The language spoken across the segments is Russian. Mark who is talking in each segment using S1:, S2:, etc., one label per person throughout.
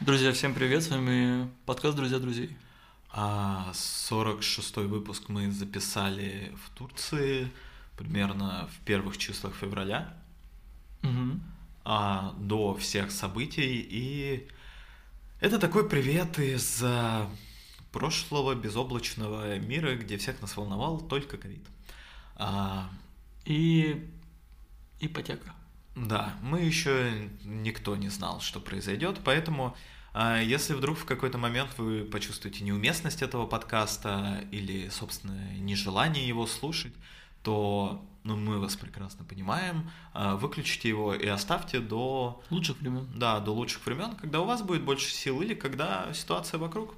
S1: Друзья, всем привет, с вами подкаст «Друзья друзей».
S2: А 46-й выпуск мы записали в Турции примерно в первых числах февраля,
S1: Мгм.
S2: а, до всех событий. И это такой привет из а, прошлого безоблачного мира, где всех нас волновал только ковид. А,
S1: И ипотека.
S2: Да, мы еще никто не знал, что произойдет, поэтому а, если вдруг в какой-то момент вы почувствуете неуместность этого подкаста или, собственно, нежелание его слушать, то ну, мы вас прекрасно понимаем, А, выключите его и оставьте до,
S1: Лучших времен.
S2: да, до лучших времен, когда у вас будет больше сил или когда ситуация вокруг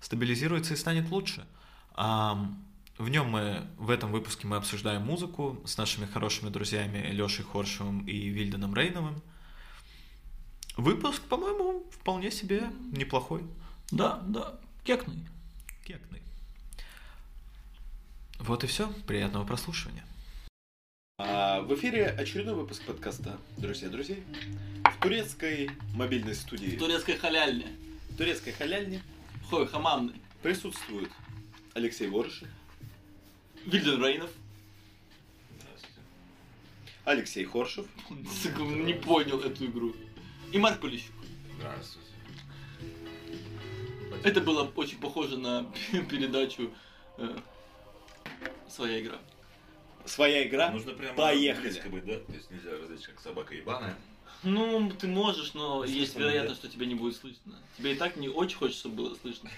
S2: стабилизируется и станет лучше. Ам, в нем мы, в этом выпуске мы обсуждаем музыку с нашими хорошими друзьями Лешей Хоршевым и Вильденом Рейновым. Выпуск, по-моему, вполне себе неплохой,
S1: Да, да, кекный.
S2: кекный. Вот и все. Приятного прослушивания.
S3: А, В эфире очередной выпуск подкаста «Друзья друзей» в турецкой мобильной студии,
S1: турецкой халяльне.
S3: в турецкой халяльне
S1: Хой, хамамный.
S3: присутствуют Алексей Ворошин,
S1: Вильден Рейнов.
S3: Алексей Хоршев,
S1: Не понял эту игру. И Марк Полищук.
S4: Здравствуйте.
S1: Это было очень похоже на передачу э, «Своя игра».
S3: своя игра.
S4: Нужно прямо
S3: Поехали.
S4: близко быть, да? То есть нельзя различить, как собака ебаная.
S1: Ну, ты можешь, но
S4: Слышно,
S1: есть
S4: да?
S1: вероятность, что тебя не будет слышно. Тебе и так не очень хочется, чтобы было слышно.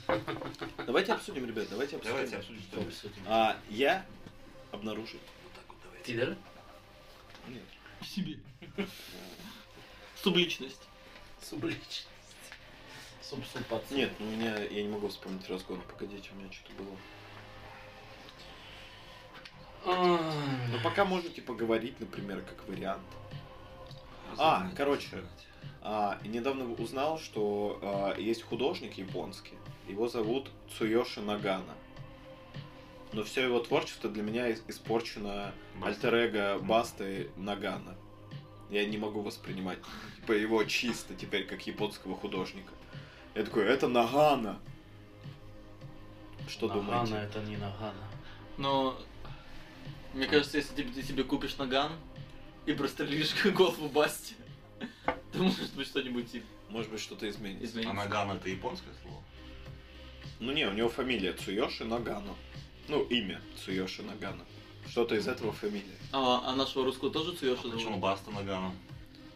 S3: Давайте обсудим, ребят, давайте обсудим.
S4: Давайте обсудим, что мы с этим.
S3: А, я обнаружил.
S5: Тебя?
S3: Нет.
S1: В себе. Субличность.
S5: Субличность. Субсульпация.
S3: Нет, ну у меня, я не могу вспомнить разгон. Погодите, у меня что-то было. Но Ну, пока можете поговорить, например, как вариант. А, короче. А, недавно узнал, что а, есть художник японский. Его зовут Цуёши Нагана. Но все его творчество для меня ис- испорчено
S4: Баста.
S3: альтер эго Басты Нагана. Я не могу воспринимать типа, его чисто теперь как японского художника. Я такой, это Нагана. Что
S5: Нагана
S3: думаете?
S5: это не Нагана.
S1: Но мне кажется, если тебе- ты себе купишь наган и прострелишь голову Басти, то может быть что-нибудь типа. и
S3: Может быть, что-то изменится.
S4: А
S1: изменится.
S4: наган это японское слово?
S3: Ну не, у него фамилия Цуёши Нагана. Ну, имя Цуёши Нагана. Что-то из этого фамилия.
S1: А, а нашего русского тоже
S4: А
S1: Цуёша
S4: Почему
S1: зовут?
S4: баста наганом?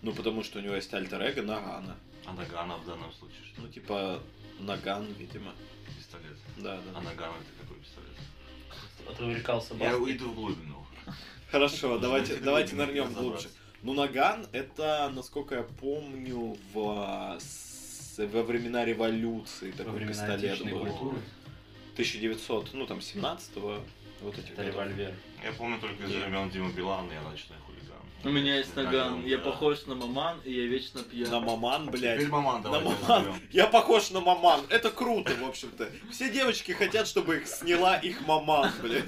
S3: Ну, потому что у него есть альтер-эго Нагана.
S4: А нагана в данном случае что?
S3: Ну, типа, Наган, видимо.
S4: Пистолет.
S3: Да,
S4: А
S3: да.
S4: наган это какой пистолет?
S5: А ты увлекался
S4: Я
S5: баской.
S4: уйду в глубину.
S3: Хорошо,
S4: Нужно
S3: давайте,
S4: идти в
S3: давайте
S4: глубину,
S3: нырнем
S4: разобраться.
S3: глубже. Ну, Наган — это, насколько я помню, в, с- во времена революции
S5: Во
S3: такой
S5: времена
S3: пистолет
S5: античной
S3: был.
S5: культуры.
S3: 1900, ну, там, 17-го. Вот этих
S5: Это
S3: годов.
S5: револьвер.
S4: Я помню только из времен Дима Билана я ночной хулиган.
S1: У меня есть наган, я
S4: да.
S1: похож на маман, и я вечно
S3: На
S1: пьян.
S3: маман, блядь.
S4: Теперь маман
S3: На
S4: давайте
S3: маман.
S4: разберем.
S3: Я похож на маман. Это круто, в общем-то. Все девочки хотят, чтобы их сняла их маман, блядь.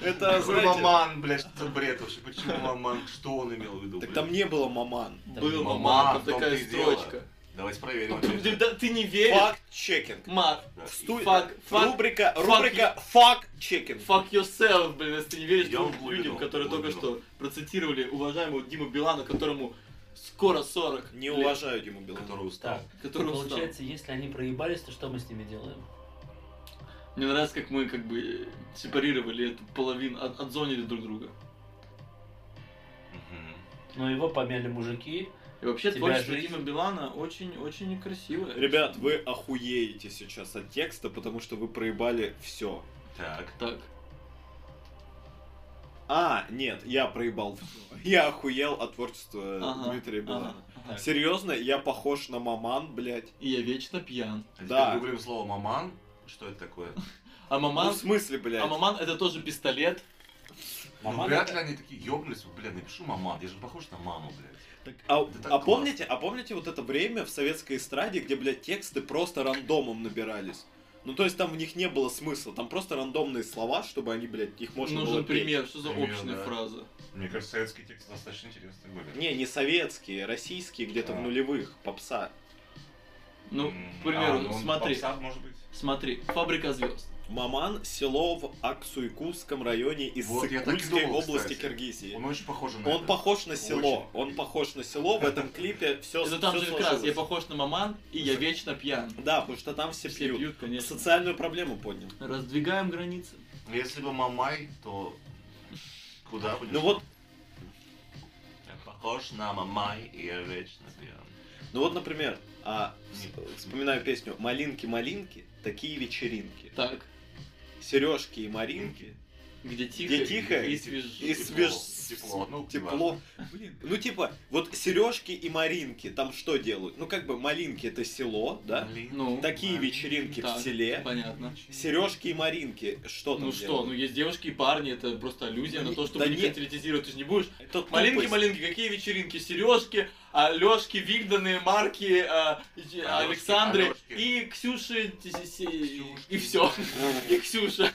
S3: Это,
S4: Какой
S3: знаете...
S4: маман, блядь, что за бред вообще? Почему маман? Что он имел в виду?
S3: Так
S4: блядь?
S3: там не было маман.
S1: Был
S4: Маман,
S1: маман,
S4: в
S1: там
S4: том-то
S1: такая
S4: и дело.
S1: строчка.
S4: Давайте
S3: Ну,
S4: проверим.
S1: Ты, да- ты не веришь?
S3: Факт-чекинг.
S1: Мар,
S4: Да.
S3: В сту-
S1: Фак- фак-
S3: рубрика,
S1: фак-
S3: рубрика фак чекинг.
S1: Fuck yourself, блин, если ты не веришь
S4: Я
S1: двум
S4: в глубину,
S1: людям, которые
S4: в
S1: только
S4: глубину.
S1: что процитировали уважаемого Диму Билана, которому скоро 40
S3: Не
S1: лет,
S3: уважаю Диму Билана.
S4: Который устал.
S5: Так,
S1: который устал.
S5: получается, если они проебались, то что мы с ними делаем?
S1: Мне нравится, как мы как бы сепарировали эту половину, от, отзонили друг друга.
S4: Мгм.
S5: Ну, его помяли мужики.
S1: И вообще
S5: Тебя
S1: творчество
S5: жизнь-
S1: Дима Билана очень-очень красивое.
S3: Ребят, вы охуеете сейчас от текста, потому что вы проебали все.
S4: Так.
S1: Так,
S3: А, нет, я проебал все. Я охуел от творчества э,
S1: Ага,
S3: Дмитрия Билана.
S5: ага.
S3: Серьезно, я похож на маман, блядь.
S1: и я вечно пьян.
S4: А теперь
S3: Да.
S4: гуглим слово маман. Что это такое?
S1: А
S3: Ну,
S1: маман...
S3: в смысле, блядь?
S1: а маман это тоже пистолет.
S4: Ну,
S3: Маман
S4: вряд
S3: это-
S4: ли они такие ёбнулись, блядь, напишу маман, я же похож на маму, блядь.
S3: Так, а,
S4: Это так
S3: а
S4: классно.
S3: помните, а помните вот это время в советской эстраде, где, блядь, тексты просто рандомом набирались? Ну, то есть там в них не было смысла, там просто рандомные слова, чтобы они, блядь, их можно было
S1: Нужен
S3: петь.
S1: пример, что за
S4: Пример,
S1: общная
S4: да.
S1: фраза.
S4: Мне кажется, советские тексты достаточно интересные были.
S3: Не, не советские, российские где-то
S4: А.
S3: в нулевых, попса.
S1: Ну,
S4: М,
S1: к примеру,
S4: а, ну, он
S1: смотри,
S4: попса, может быть.
S1: смотри, фабрика звезд.
S3: Маман – село в Аксуйкутском районе из
S4: Вот, я так и
S3: Сыкульской
S4: думал,
S3: области
S4: кстати.
S3: Киргизии.
S4: Он очень похож на
S3: Он
S4: это.
S3: похож на село.
S4: Очень.
S3: Он похож на село. В этом клипе все
S1: Это там же как раз, я похож на маман, и я вечно пьян.
S3: Да, потому что там все
S1: Все
S3: пьют.
S1: пьют, конечно.
S3: Социальную проблему поднял.
S1: Раздвигаем границы.
S4: Ну, Если бы Мамай, то куда бы ни
S3: Ну
S4: шел.
S3: вот,
S4: Я похож на Мамай, и я вечно пьян.
S3: ну вот, например, а, с- вспоминаю песню «Малинки-малинки, такие вечеринки».
S1: Так,
S3: Сережки и Маринки.
S1: где тихо,
S3: Где тихо
S1: и
S3: и-
S1: свежо.
S3: И
S4: Тепло,
S3: свеж-
S4: тепло, ну,
S3: тепло. Блин, ну типа, вот Сережки и Маринки там что делают? Ну как бы Малинки это село, да?
S4: Блин.
S1: Ну,
S3: Такие
S4: Марин-
S3: вечеринки
S1: так,
S3: в селе.
S1: понятно.
S3: Сережки и Маринки, что там
S1: Ну что, ну
S3: делают?
S1: есть девушки и парни, это просто аллюзия
S3: Ну,
S1: на
S3: не- Ну,
S1: то, что
S3: да
S1: они
S3: нет.
S1: конкретизировать, ты же не будешь.
S3: Это тупость.
S1: ну, Малинки, малинки, какие вечеринки? Сережки, Алешки, Вигданы, Марки, а, и-
S4: Алёшки,
S1: Александры
S4: Алёшки.
S1: и Ксюши, ти- си- си-
S4: Ксюшки.
S1: и все.
S3: Ну,
S1: И Ксюша.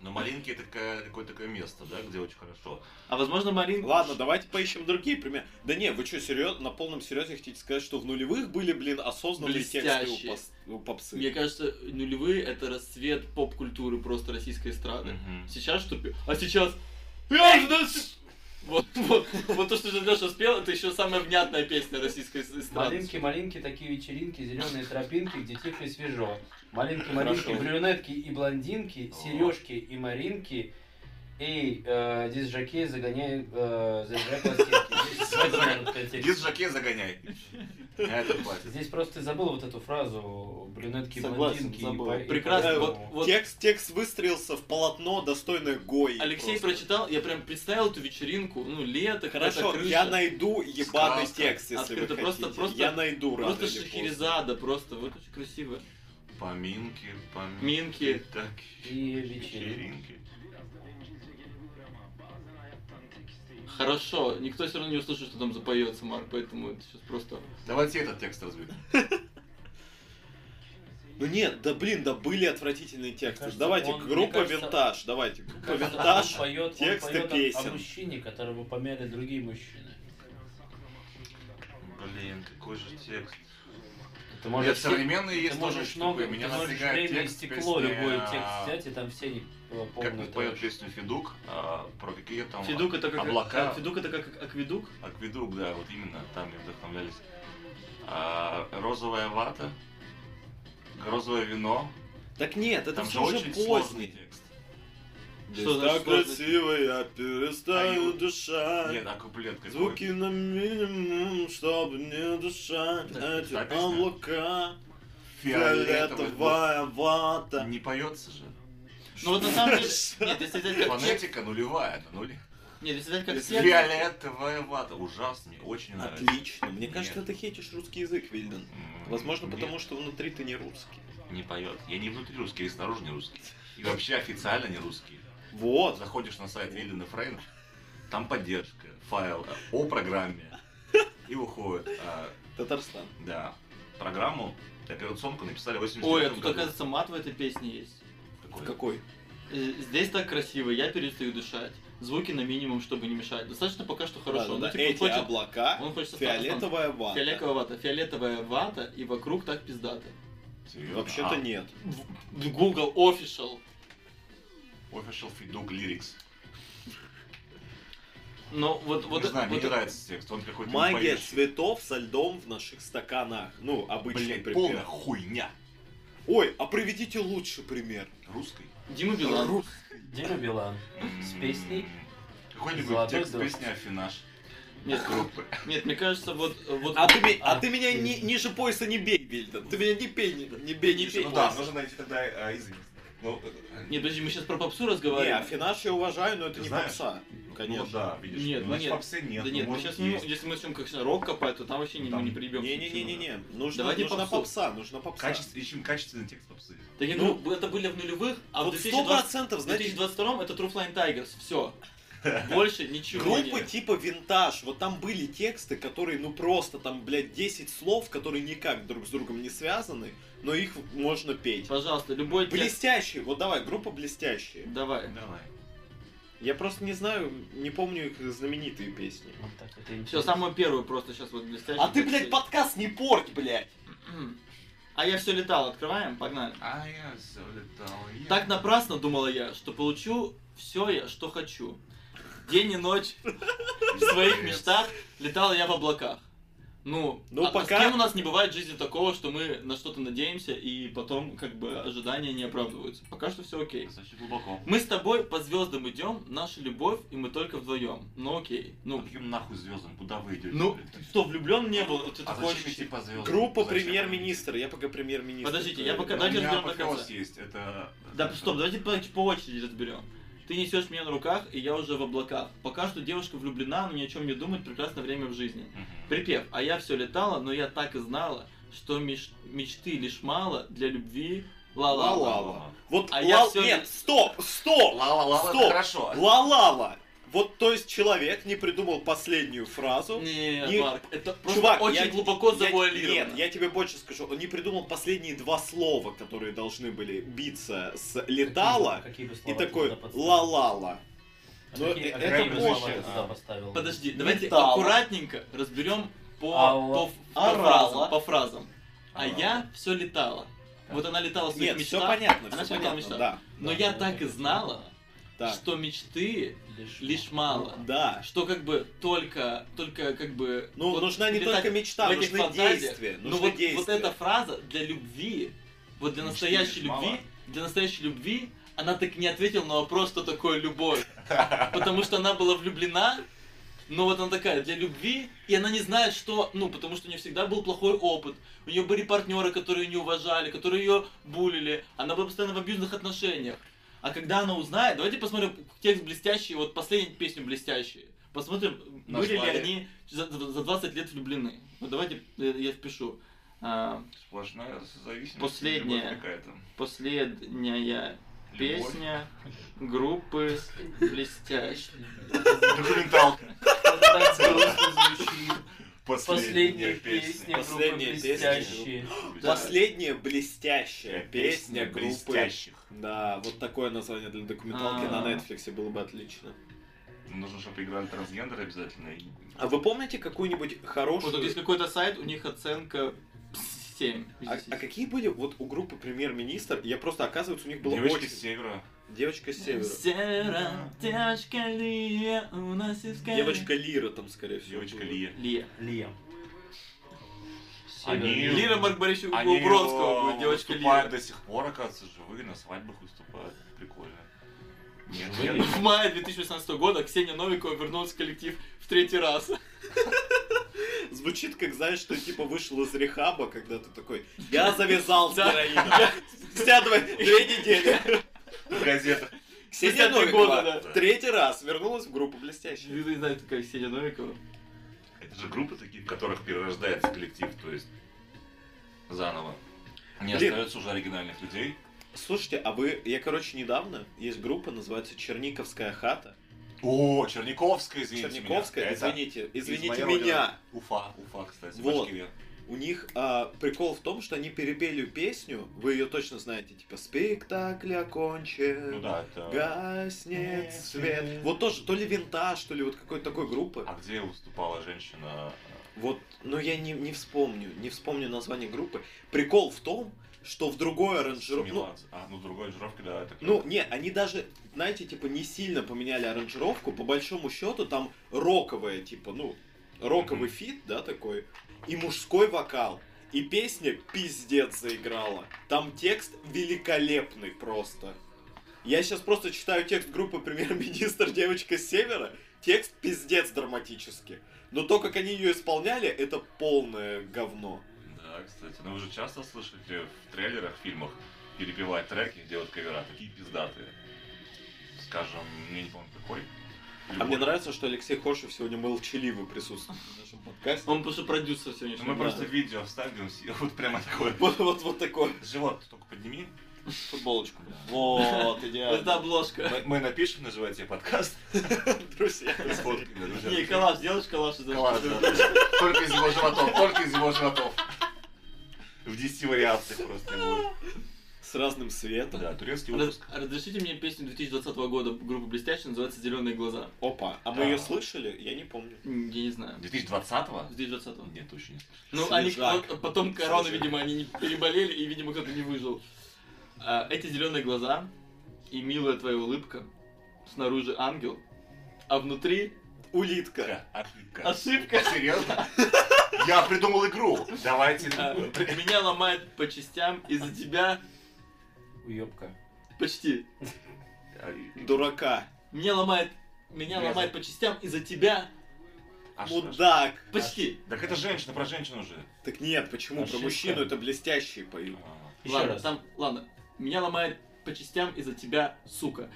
S4: Но Малинки это такое, такое, такое место, да, где очень хорошо.
S1: А возможно, Малинки...
S3: Ладно, давайте поищем другие примеры. Да не, вы что, серьезно, на полном серьезе хотите сказать, что в нулевых были, блин, осознанные тексты
S1: Блестящие.
S3: у, пос- у попсы?
S1: Мне кажется, нулевые это расцвет поп-культуры просто российской эстрады.
S4: Мгм.
S1: Сейчас что пи- А сейчас... Я жду с- Вот, вот, вот то, что ты Леша спел, это еще самая внятная песня российской эс- эстрады.
S5: Малинки, малинки, такие вечеринки, зеленые тропинки, где тихо и свежо. Маленькие
S3: Хорошо.
S5: малинки, брюнетки и блондинки,
S4: О.
S5: сережки и маринки. Эй, э, дисжакей, загоняй, э, заезжай пластинки. Здесь в этом, наверное, контексте.
S4: Без жаке загоняй. Меня это хватит.
S5: Здесь просто ты забыл вот эту фразу брюнетки и
S3: Согласен,
S5: блондинки. и
S3: забыл.
S5: по- и
S1: Прекрасно,
S5: поэтому-
S1: вот, вот
S3: Текст, текст выстрелился в полотно, достойное Гои.
S1: Алексей
S3: просто.
S1: прочитал, я прям представил эту вечеринку, ну, лето,
S3: Хорошо,
S1: какая-то крыша.
S3: я найду ебаный
S4: Сказка.
S3: текст, если
S1: Открыто,
S3: вы
S1: просто-
S3: хотите.
S1: просто-
S3: я найду рано
S1: Просто
S3: или поздно.
S1: Шахерезада, просто, вот очень красиво.
S4: Поминки, поминки.
S1: Минки.
S4: Так,
S5: И вечеринки.
S4: вечеринки.
S1: Хорошо, никто все равно не услышит, что там запоется, Марк, поэтому это сейчас просто...
S4: Давайте этот текст разберем.
S3: Ну нет, да блин, да были отвратительные тексты.
S5: Кажется,
S3: давайте,
S5: он- мне
S3: группа
S5: кажется,
S3: винтаж, давайте, группа
S5: Кажется,
S3: винтаж.
S5: он поет, он
S3: тексты
S5: поет о-
S3: песен.
S5: о мужчине, которого помяли другие мужчины.
S4: Блин, какой же текст.
S5: Ты
S4: Нет, современные
S5: ты
S4: есть тоже
S5: можешь
S4: штуки.
S5: много,
S4: Меня
S5: ты можешь
S4: напрягает
S5: время и
S4: текст
S5: стекло,
S4: песни,
S5: любой
S4: а,
S5: текст взять, и там все не э,
S4: Как
S5: помнят.
S4: поет
S5: э,
S4: песню Федук, а, про какие там
S1: Федук это как...
S4: облака.
S1: а, Федук это как акведук?
S4: Акведук, да, вот именно там и вдохновлялись. А, розовая вата, розовое вино.
S3: Так нет, это
S4: там
S3: все уже
S4: очень сложный
S3: поздний.
S4: текст.
S1: Что
S3: так
S1: значит сложный?
S3: красиво я перестаю
S4: А я-
S3: дышать.
S4: Нет, а куплет какой.
S3: Звуки на минимум, чтобы не дышать
S4: Да,
S3: эти
S4: та песня.
S3: облака.
S4: Фиолетовый.
S3: Фиолетовая
S4: Вот.
S3: вата.
S4: Не поется же.
S1: Ну вот на самом деле... Нет, если взять как текст...
S4: Фонетика нулевая, это нуль.
S1: Нет, если взять как текст...
S4: Фиолетовая вата. Ужасно, мне очень нравится.
S3: Отлично. Мне
S4: Нет.
S3: кажется, ты хейтишь русский язык, Вильден.
S4: М,
S3: Возможно,
S4: нет,
S3: потому что внутри ты не русский.
S4: Не поет. Я не внутри русский, и снаружи не русский. И вообще официально не русский.
S3: Вот.
S4: Заходишь на сайт Вильдена Фрейна, там поддержка, файл э, о программе. И уходит. А,
S3: Татарстан.
S4: Да. Программу, операционку написали в 89
S1: Ой, а тут,
S4: году.
S1: оказывается, мат в этой песне есть.
S4: Какой?
S3: Какой?
S1: Э, Здесь так красиво, я перестаю дышать. Звуки на минимум, чтобы не мешать. Достаточно пока что хорошо.
S3: Ладно,
S1: Ну,
S3: да.
S1: типа,
S3: Эти
S1: хочет-
S3: облака,
S1: Он хочет остаться там.
S3: фиолетовая вата.
S1: Фиолетовая вата. Фиолетовая вата и вокруг так пиздато.
S4: Серьезно?
S3: Вообще-то
S4: А,
S3: нет.
S1: В- в Google Official.
S4: Official Fiduk Lyrics.
S1: Но вот... вот
S4: не знаю,
S1: вот-
S4: мне не нравится текст, он какой-то
S3: Магия
S4: непоющий.
S3: цветов со льдом в наших стаканах. Ну, обычный
S4: Блин,
S3: пример.
S4: полная хуйня.
S3: Ой, а приведите лучший пример.
S4: Русский.
S1: Дима Билан.
S5: Дима Билан с песней.
S4: М, Какой-нибудь
S5: Золотой
S4: текст
S5: дождь.
S4: песни Афинаж.
S1: Нет,
S4: Группы.
S1: нет, мне кажется, вот... вот
S3: А ты, ме- а
S5: А,
S3: ты меня
S5: ты-
S3: ни- ниже пояса не бей, Вильден. Ты меня не пей, не, не бей, не бей.
S4: Ну да, нужно найти тогда, а, извините. Ну, э,
S1: Нет, подожди, мы сейчас про попсу
S3: Не,
S1: разговариваем.
S3: Афинаж я уважаю, но это
S4: Ты
S3: не
S4: знаешь?
S3: попса.
S4: ну,
S3: Конечно.
S4: да, видишь.
S1: Нет,
S4: ну,
S1: ну
S4: значит,
S1: нет.
S4: попсы
S1: да
S4: нет. ну,
S1: нет, мы
S4: может,
S1: сейчас,
S4: есть.
S1: не, если мы начнем как сейчас рок копать, то там вообще не- мы
S4: Там-
S1: не прибьем.
S3: Не-не-не-не, нужно,
S1: Давайте
S3: нужна
S1: попсу.
S3: попса, нужна попса.
S4: Качество- Ищем качественный текст попсы.
S1: Так я
S3: Ну.
S1: говорю, это были в нулевых, а в
S3: вот сто
S1: 2020
S3: процентов,
S1: в
S3: знаете,
S1: 2022 это True Flying Tigers, все. Больше ничего
S3: Группы
S1: нет.
S3: типа винтаж, вот там были тексты, которые, ну просто там, блядь, 10 слов, которые никак друг с другом не связаны, но их можно петь.
S1: Пожалуйста, любой текст.
S3: Блестящие, вот давай, группа блестящие.
S1: Давай.
S4: Давай.
S3: Я просто не знаю, не помню их знаменитые песни.
S5: Вот так вот и
S1: Все,
S5: интересно.
S1: самую первую просто сейчас вот блестящую.
S3: А ты, блядь, подкаст не порть, блядь!
S1: А я все летал, открываем, погнали.
S4: А я все летал. я-
S1: Так напрасно думала я, что получу все я, что хочу. День и ночь в своих мечтах летала я в облаках. Ну,
S3: Ну,
S1: а- а
S3: пока-
S1: с кем у нас не бывает в жизни такого, что мы на что-то надеемся и потом как бы ожидания не оправдываются. Пока что все окей.
S4: Значит, глубоко.
S1: Мы с тобой по звездам идем, наша любовь, и мы только вдвоем. Ну окей.
S4: Ну,
S1: Ну,
S4: каким нахуй звездам? Куда вы идете?
S1: ну
S4: блядь?
S1: что, влюблен не был? Ты
S4: а
S1: такой
S4: зачем идти по звездам?
S3: Группа
S4: Зачем?
S3: премьер-министра. Я пока премьер-министр.
S1: Подождите, я пока-
S4: У
S1: Давайте
S4: меня
S1: разберем до
S4: апофеоз
S1: конца.
S4: есть, это...
S1: Да
S4: это-
S1: стоп, давайте по, по очереди разберем. Ты несешь меня на руках, и я уже в облаках. Пока что девушка влюблена, но ни о чем не думает, прекрасное время в жизни.
S4: Мгм.
S1: Припев. А я все летала, но я так и знала, что меч- мечты лишь мало для любви. Ла-ла-ла.
S3: Ла-ла-ла. Вот
S1: А
S3: а
S1: я всё-
S3: Нет, стоп, стоп!
S4: Ла-ла-ла, это
S3: Стоп.
S4: хорошо.
S3: Ла-лала! Вот то есть человек не придумал последнюю фразу.
S1: Нет,
S3: Не-
S1: Марк, это просто
S3: Чувак,
S1: очень
S3: я те-
S1: глубоко
S3: я-
S1: завуалировано.
S3: Нет, я тебе больше скажу. Он не придумал последние два слова, которые должны были биться с летала
S5: Какие бы
S3: и
S5: слова ты
S3: такой
S5: туда подставил?
S3: ла-лала.
S5: А
S3: Ну,
S5: какие-
S3: э-
S5: а
S3: это
S5: какие бы слова
S3: позже.
S5: ты туда
S3: А.
S5: поставил?
S1: Подожди, давайте
S3: Летала. а
S1: аккуратненько разберем по,
S5: Алла.
S1: по, по
S3: Орала.
S1: фразам. По фразам. А
S4: Орала.
S1: я все летала. Вот она летала в своих
S3: Нет,
S1: мечтах.
S3: все понятно,
S1: она
S3: все
S1: всё летала в
S3: понятно.
S1: мечтах.
S3: Да,
S1: Но
S5: Да,
S1: я
S5: да,
S1: так и
S5: да.
S1: знала,
S3: да.
S1: что мечты
S5: Лишь,
S3: Ну,
S1: лишь мало.
S3: Да.
S1: Что как бы только, только как бы...
S3: Ну,
S1: вот
S3: нужна не
S1: летать
S3: только
S1: в
S3: мечта,
S1: этих
S3: нужны
S1: фантазиях.
S3: действия.
S1: Ну
S3: нужны
S1: вот,
S3: действия.
S1: вот эта фраза для любви, вот для
S4: Мечты
S1: настоящей
S4: лишь
S1: любви,
S4: мало.
S1: для настоящей любви, она так и не ответила на вопрос, что такое любовь. Потому что она была влюблена, но вот она такая, для любви, и она не знает, что, ну, потому что у нее всегда был плохой опыт, у нее были партнеры, которые ее не уважали, которые ее булили, она была постоянно в абьюзных отношениях. А когда она узнает, давайте посмотрим текст блестящий, вот последнюю песню блестящие. Посмотрим, были ли
S4: Нашла ли?
S1: они за, за 20 лет влюблены. Вот давайте э, я впишу. А,
S4: Сплошная зависимость.
S1: Последняя.
S4: любовь какая-то.
S1: последняя
S4: Любовь.
S1: песня группы блестящие.
S4: Документалка.
S5: Это так грустно звучит.
S4: Последняя
S5: Последняя песня группы
S4: песня.
S3: Последняя песня.
S5: «Блестящие».
S4: Да.
S3: Последняя блестящая песня группы.
S4: блестящих.
S3: Да, вот такое название для документалки
S1: А.
S3: на Netflix было бы отлично.
S4: Нужно, чтобы играли трансгендеры обязательно. и-
S3: А вы помните какую-нибудь
S1: Вот
S3: хорошую...
S1: есть какой-то сайт, у них оценка 7.
S3: А, а какие были вот у группы премьер-министр? Я просто, оказывается, у них было
S4: Девочки
S3: очень...
S4: с севера.
S3: Девочка с севера.
S1: Сера, девочка Лия, у нас есть
S3: Девочка Лира там, скорее всего.
S4: Девочка
S3: была.
S4: Лия.
S1: Лия.
S5: Лия.
S4: Они-
S5: Северный.
S1: Лира Марк Борисович
S4: Они
S1: Убровского
S4: э,
S1: будет девочка
S4: выступают
S1: Лира.
S4: до сих пор, оказывается, живые, на свадьбах выступают. Прикольно. Нет,
S5: Живые?
S4: нет.
S1: В мае 2018 года Ксения Новикова вернулась в коллектив в третий раз.
S3: Звучит как, знаешь, что типа вышел из рехаба, когда ты такой, я завязал с
S1: Да.
S3: героином. Спустя два- две недели.
S4: В газетах.
S3: Ксения
S1: Спустя три года,
S3: Новикова
S1: да.
S3: в третий раз вернулась в группу блестящая.
S1: Не знаю, такая Ксения Новикова.
S4: Это же группы такие, в которых перерождается коллектив, то есть заново. Не
S3: Блин.
S4: остается уже оригинальных людей.
S3: Слушайте, а вы, я, короче, недавно, есть группа, называется Черниковская хата.
S4: О, Черниковская, извините меня.
S3: Черниковская,
S4: Это
S3: извините,
S4: из
S3: извините
S4: моей
S3: меня.
S4: родины. Уфа, Уфа, кстати,
S3: Вот.
S4: Башкирия.
S3: У них а, прикол в том, что они перепели песню, вы ее точно знаете, типа «Спектакль окончен,
S4: Ну да, это...
S3: гаснет
S4: Нет,
S3: свет».
S4: свет.
S3: Вот тоже, то ли «Винтаж», то ли вот какой-то такой группы.
S4: А где выступала женщина? э,
S3: Вот, но я не, не вспомню, не вспомню название группы. Прикол в том, что в другой аранжировке... Ну,
S4: Меладзе? А, ну другой жировки, да, это...
S3: ну, не, они даже, знаете, типа не сильно поменяли аранжировку, по большому счету там роковая, типа, ну, роковый
S4: Мгм.
S3: фит, да, такой, и мужской вокал. И песня пиздец заиграла. Там текст великолепный просто. Я сейчас просто читаю текст группы «Премьер-министр девочка с севера». Текст пиздец драматически. Но то, как они ее исполняли, это полное говно.
S4: Да, кстати. Ну вы же часто слышите в трейлерах, в фильмах перепевать треки, делать кавера. Такие пиздатые. Скажем, я не помню какой.
S3: А мне
S4: Любой.
S3: нравится, что Алексей Хошев сегодня молчаливый присутствует в нашем подкасте.
S1: Он просто продюсер
S4: Ну,
S1: сегодняшнего.
S4: мы
S3: Да.
S4: просто видео вставим, с- вот прямо такое.
S3: Вот, вот, вот такой
S4: Живот только подними.
S3: футболочку.
S4: Да.
S3: Вот,
S1: Это
S3: идеально.
S1: обложка.
S4: Мы, мы напишем, называйте подкаст.
S3: Друзья.
S4: Сфоткаем, да, друзья.
S1: Не, калаш, делаешь калаш и за-
S4: Класс, да. Ну Только из его животов, только из его животов. В 10 вариациях просто его.
S3: С разным светом.
S4: Да, турецкий
S1: Раз-
S4: выпуск.
S1: Разрешите мне песню 2020 года группы Блестящая, называется «Зеленые глаза».
S3: Опа, а мы
S4: Да.
S3: ее слышали? Я не помню.
S1: М, Я не знаю.
S4: 2020-го?
S1: 2020
S4: Нет, точно не слышал.
S1: Ну, они
S3: Свежак.
S1: вот потом корону,
S3: Свежак.
S1: видимо, они не переболели, и, видимо, кто-то не выжил. А, Эти зеленые глаза и милая твоя улыбка, снаружи ангел, а внутри...
S3: Улитка.
S4: Ошибка. Ошибка.
S1: Ошибка.
S4: Серьезно? Я придумал игру. Давайте.
S1: а, Меня ломает по частям из-за тебя
S5: Уёбка.
S1: почти.
S4: А,
S3: Дурака.
S1: Меня ломает... Меня
S4: Врезал.
S1: ломает по частям из-за тебя Ну
S4: А что-
S3: Мудак.
S1: почти.
S4: Так это женщина, про женщину же.
S3: Так нет, почему? Про
S5: Ошибка.
S3: мужчину это блестящие поют.
S4: А.
S5: Еще
S1: ладно,
S5: раз.
S1: там... Ладно. Меня ломает по частям из-за тебя, сука.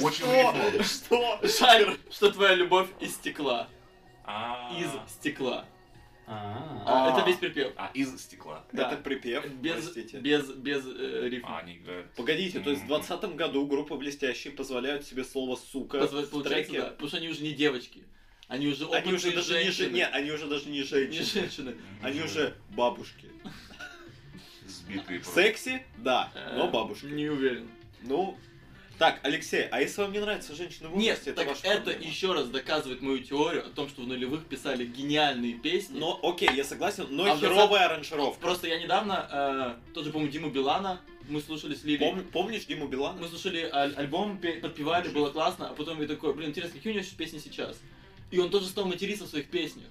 S4: Очень вредно.
S3: Что? Что?
S1: Жаль, что твоя любовь из стекла.
S4: А.
S1: Из стекла.
S5: А,
S1: А,
S3: А.
S1: Это весь припев.
S4: А, из стекла.
S1: Да.
S3: Это припев,
S1: Без,
S3: простите.
S1: без, без э, рифма.
S4: А, они играют.
S3: Погодите, то есть в
S4: М.
S3: 2020 году группа «Блестящие» позволяют себе слово «сука»
S1: Позва-
S3: в
S1: Получается, да.
S3: треке.
S1: Потому что они уже не девочки. Они уже
S3: Они
S1: опытные
S3: уже даже не же-
S1: женщины.
S3: не, они уже даже не
S1: Не
S3: женщины.
S1: женщины.
S3: Они уже бабушки.
S4: ну, Сбитые. просто.
S3: Секси? Да, но
S1: Э,
S3: бабушки.
S1: Не уверен.
S3: Ну, так, Алексей, а если вам не нравится женщина в
S1: Нет,
S3: возрасте, это
S1: так
S3: ваша
S1: это
S3: проблема.
S1: еще раз доказывает мою теорию о том, что в нулевых писали гениальные песни.
S3: Но, окей, я согласен, но
S1: А
S3: и
S1: в
S3: херовая аранжировка.
S1: Просто я недавно, э, тоже, по-моему, Диму Билана, мы слушали с Лилей.
S3: Пом- Помнишь Диму Билана?
S1: Мы слушали аль- альбом, пе- подпевали, было классно, а потом я такой, блин, интересно, какие у него еще песни сейчас? И он тоже стал материться в своих песнях.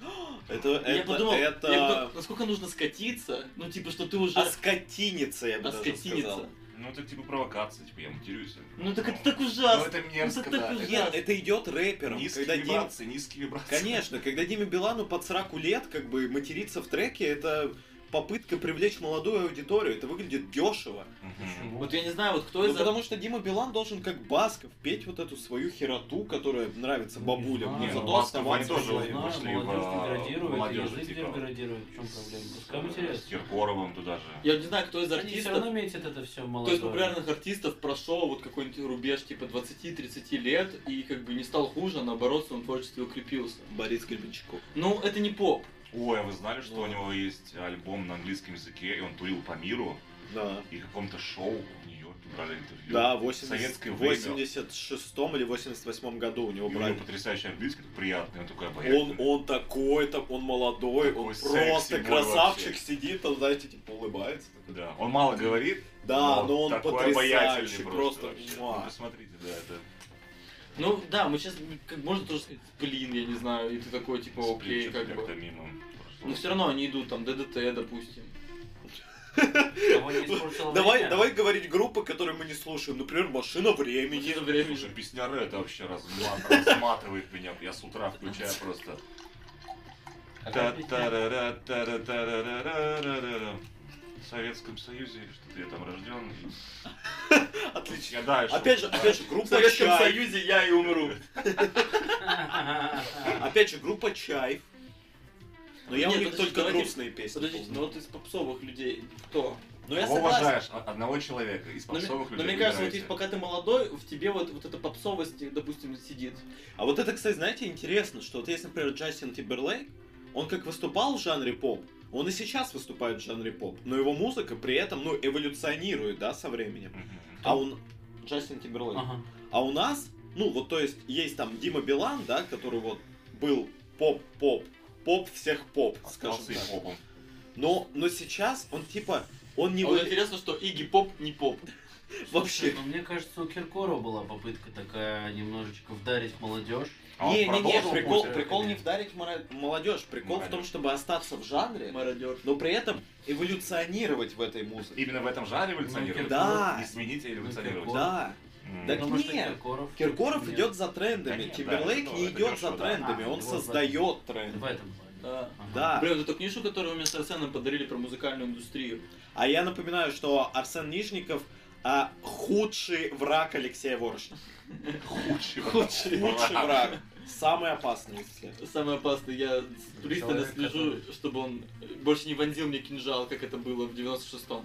S3: Это,
S1: я
S3: это,
S1: подумал, я
S3: это...
S1: подумал, насколько нужно скатиться, ну типа, что ты уже... А
S3: Оскотиница, я бы даже
S1: Оскотиница.
S3: сказал.
S4: Ну, это типа провокация, типа, я матерюсь.
S1: Ну так это так
S4: Ну,
S1: ужасно.
S4: это мерзко,
S1: Ну, это
S4: да.
S1: так
S4: Это
S3: Нет, это идет рэпером.
S4: Низкие
S3: когда Дим-
S4: вибрации, низкие вибрации.
S3: Конечно, когда Диме Билану под 40 лет, как бы материться в треке, это попытка привлечь молодую аудиторию. Это выглядит дешево.
S4: Мгм.
S1: Вот я не знаю, вот кто
S3: Ну,
S1: из
S3: потому что Дима Билан должен, как Басков, петь вот эту свою хероту, которая нравится
S5: Не
S3: бабулям.
S5: знаю.
S3: Ну,
S5: Не,
S3: зато
S5: ну,
S4: Басков, они
S3: оставаться
S4: тоже
S3: молодым.
S4: его
S5: молодежь
S4: вышли в, а,
S5: деградирует, и
S4: молодежи,
S5: язык
S4: типа.
S5: деградирует. В чем проблема? Пускай
S4: С
S5: интересно.
S4: Киркоровым туда же.
S1: Я вот не знаю, кто из
S5: Они все равно
S1: артистов,
S5: метят это все
S1: кто из
S5: молодое.
S1: популярных артистов прошел вот какой-нибудь рубеж типа 20-30 лет и как бы не стал хуже, а наоборот, в своем творчестве укрепился.
S3: Борис Гребенщиков.
S1: Ну, это не поп.
S4: Ой, а вы знали, что
S3: Ну.
S4: у него есть альбом на английском языке, и он турил по миру,
S3: Да.
S4: и в каком-то шоу у нее брали интервью.
S3: Да,
S4: в
S3: 80
S4: советское
S3: в
S4: время.
S3: 86 или 88 году у
S4: И
S3: него
S4: У него
S3: брали.
S4: потрясающий английский, такой приятный, он такой
S3: Он,
S4: обаятельный.
S3: он такой, там, он молодой,
S4: Такой
S3: он
S4: секси,
S3: просто
S4: мой
S3: красавчик
S4: вообще.
S3: сидит, там, знаете, типа улыбается.
S4: Да, он мало говорит,
S3: Да, но он
S4: Ну, такой
S3: потрясающий,
S4: обаятельный
S3: просто.
S4: вообще. Ну,
S3: муа.
S4: посмотрите, да, это
S1: Ну, да, мы сейчас, как можно тоже сказать, блин, я не знаю, и ты такой типа, окей,
S4: что-то
S1: как
S4: как-то
S1: бы.
S4: мимо прошло.
S3: Ну,
S1: Но все равно они идут, там, ДДТ, допустим.
S5: Кого не
S4: Ну,
S5: испортило
S3: Давай,
S5: время?
S3: давай говорить группы, которые мы не слушаем. Например, «Машина времени».
S1: Мне время
S4: Слушай, песняра это вообще разма- разматывает меня. Я с утра включаю просто.
S5: Какая песня?
S4: Та-та-ра-ра, та-ра-та-ра-ра-ра-ра-ра. В Советском Союзе, что-то я там рожден.
S3: Отлично.
S4: Я дальше.
S3: Опять же, опять же,
S1: В
S3: группа
S1: Советском
S3: «Чайф».
S1: Союзе я и умру.
S3: Опять же, группа «Чайф». Но я
S1: Нет,
S3: у них
S1: подождите,
S3: только
S1: давайте-
S3: грустные песни.
S1: Подождите, ну
S3: помню.
S1: вот из попсовых людей кто?
S3: Но ну, я
S4: Кого
S3: согласен. Ну,
S4: уважаешь? О- Одного человека из
S1: Но, мне-
S4: попсовых
S1: но
S4: людей.
S1: мне кажется, вот
S4: выбирайте.
S1: если пока ты молодой, в тебе вот, вот эта попсовость, допустим, сидит.
S3: А вот это, кстати, знаете, интересно, что вот есть, например, Джастин Тиберлейк, он как выступал в жанре поп, он и сейчас выступает в жанре поп, но его музыка при этом, ну, эволюционирует, да, со временем.
S4: Мгм.
S3: А он... Джастин Тиберлейк.
S5: Ага.
S3: А у нас, ну, вот то есть, есть там Дима Билан, да, который вот был поп-поп, поп всех поп, скажем
S4: Остался и
S3: так.
S4: попом.
S3: Но, но сейчас он типа, он не
S1: А вот
S3: вы-
S1: интересно, что Игги Поп не поп.
S3: вообще.
S5: Слушай, ну, мне кажется, у Киркорова была попытка такая немножечко вдарить молодежь.
S4: А он
S3: Не-не-не,
S4: продолжил
S3: прикол,
S4: путь,
S3: прикол
S4: э,
S3: не вдарить мора- молодежь, прикол в том,
S4: Молодежь.
S3: чтобы остаться в жанре,
S1: Мародер.
S3: но при этом эволюционировать в этой музыке.
S4: Именно в этом жанре
S3: Ну,
S4: эволюционировать?
S3: Да.
S4: Не сменить, а эволюционировать.
S5: Ну,
S3: Да,
S4: М.
S3: Да,
S5: Ну, может,
S3: нет.
S5: и Киркоров.
S3: Киркоров
S5: Нет.
S3: идет за
S4: Да
S3: трендами,
S4: нет, да,
S3: Тимберлейк
S4: это
S3: не
S4: это
S3: идет
S4: дешево,
S3: за
S4: да.
S3: трендами,
S5: А,
S3: он
S5: вот в этом.
S3: создает
S5: В
S3: тренды.
S5: этом плане.
S1: Да.
S5: Ага.
S3: Да.
S1: А. Блин, вот эту книжку, которую вы мне с Арсеном подарили про музыкальную индустрию.
S3: А я напоминаю, что Арсен Нижников а, худший враг Алексея Ворошина.
S4: Худший
S3: Худший враг. Самый опасный из всех.
S1: Самое опасное, я пристально
S5: Человек,
S1: слежу,
S5: который-
S1: чтобы он больше не вонзил мне кинжал, как это было в 96-м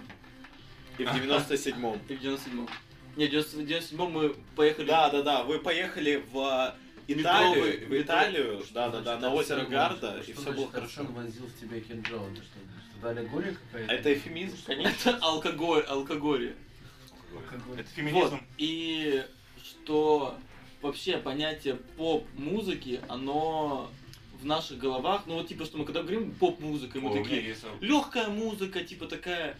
S3: И в 97-м.
S1: и в 97-м. Не, в 97-м мы поехали...
S3: Да, да, да, вы поехали в а,
S1: метровый-
S3: Италию, в Италию, да-да-да, на озеро Гарда, и все было хорошо.
S5: возил в тебя кинжал, это что? Это аллегория какая-то?
S3: Это эфемизм?
S1: Это алкоголь, алкоголь.
S5: Алкоголь.
S4: Это феминизм.
S1: Вот. И что вообще понятие поп-музыки, оно в наших головах, ну вот типа, что мы когда говорим поп-музыка, мы
S4: О, у меня
S1: такие,
S4: есть э,
S1: легкая музыка, типа такая,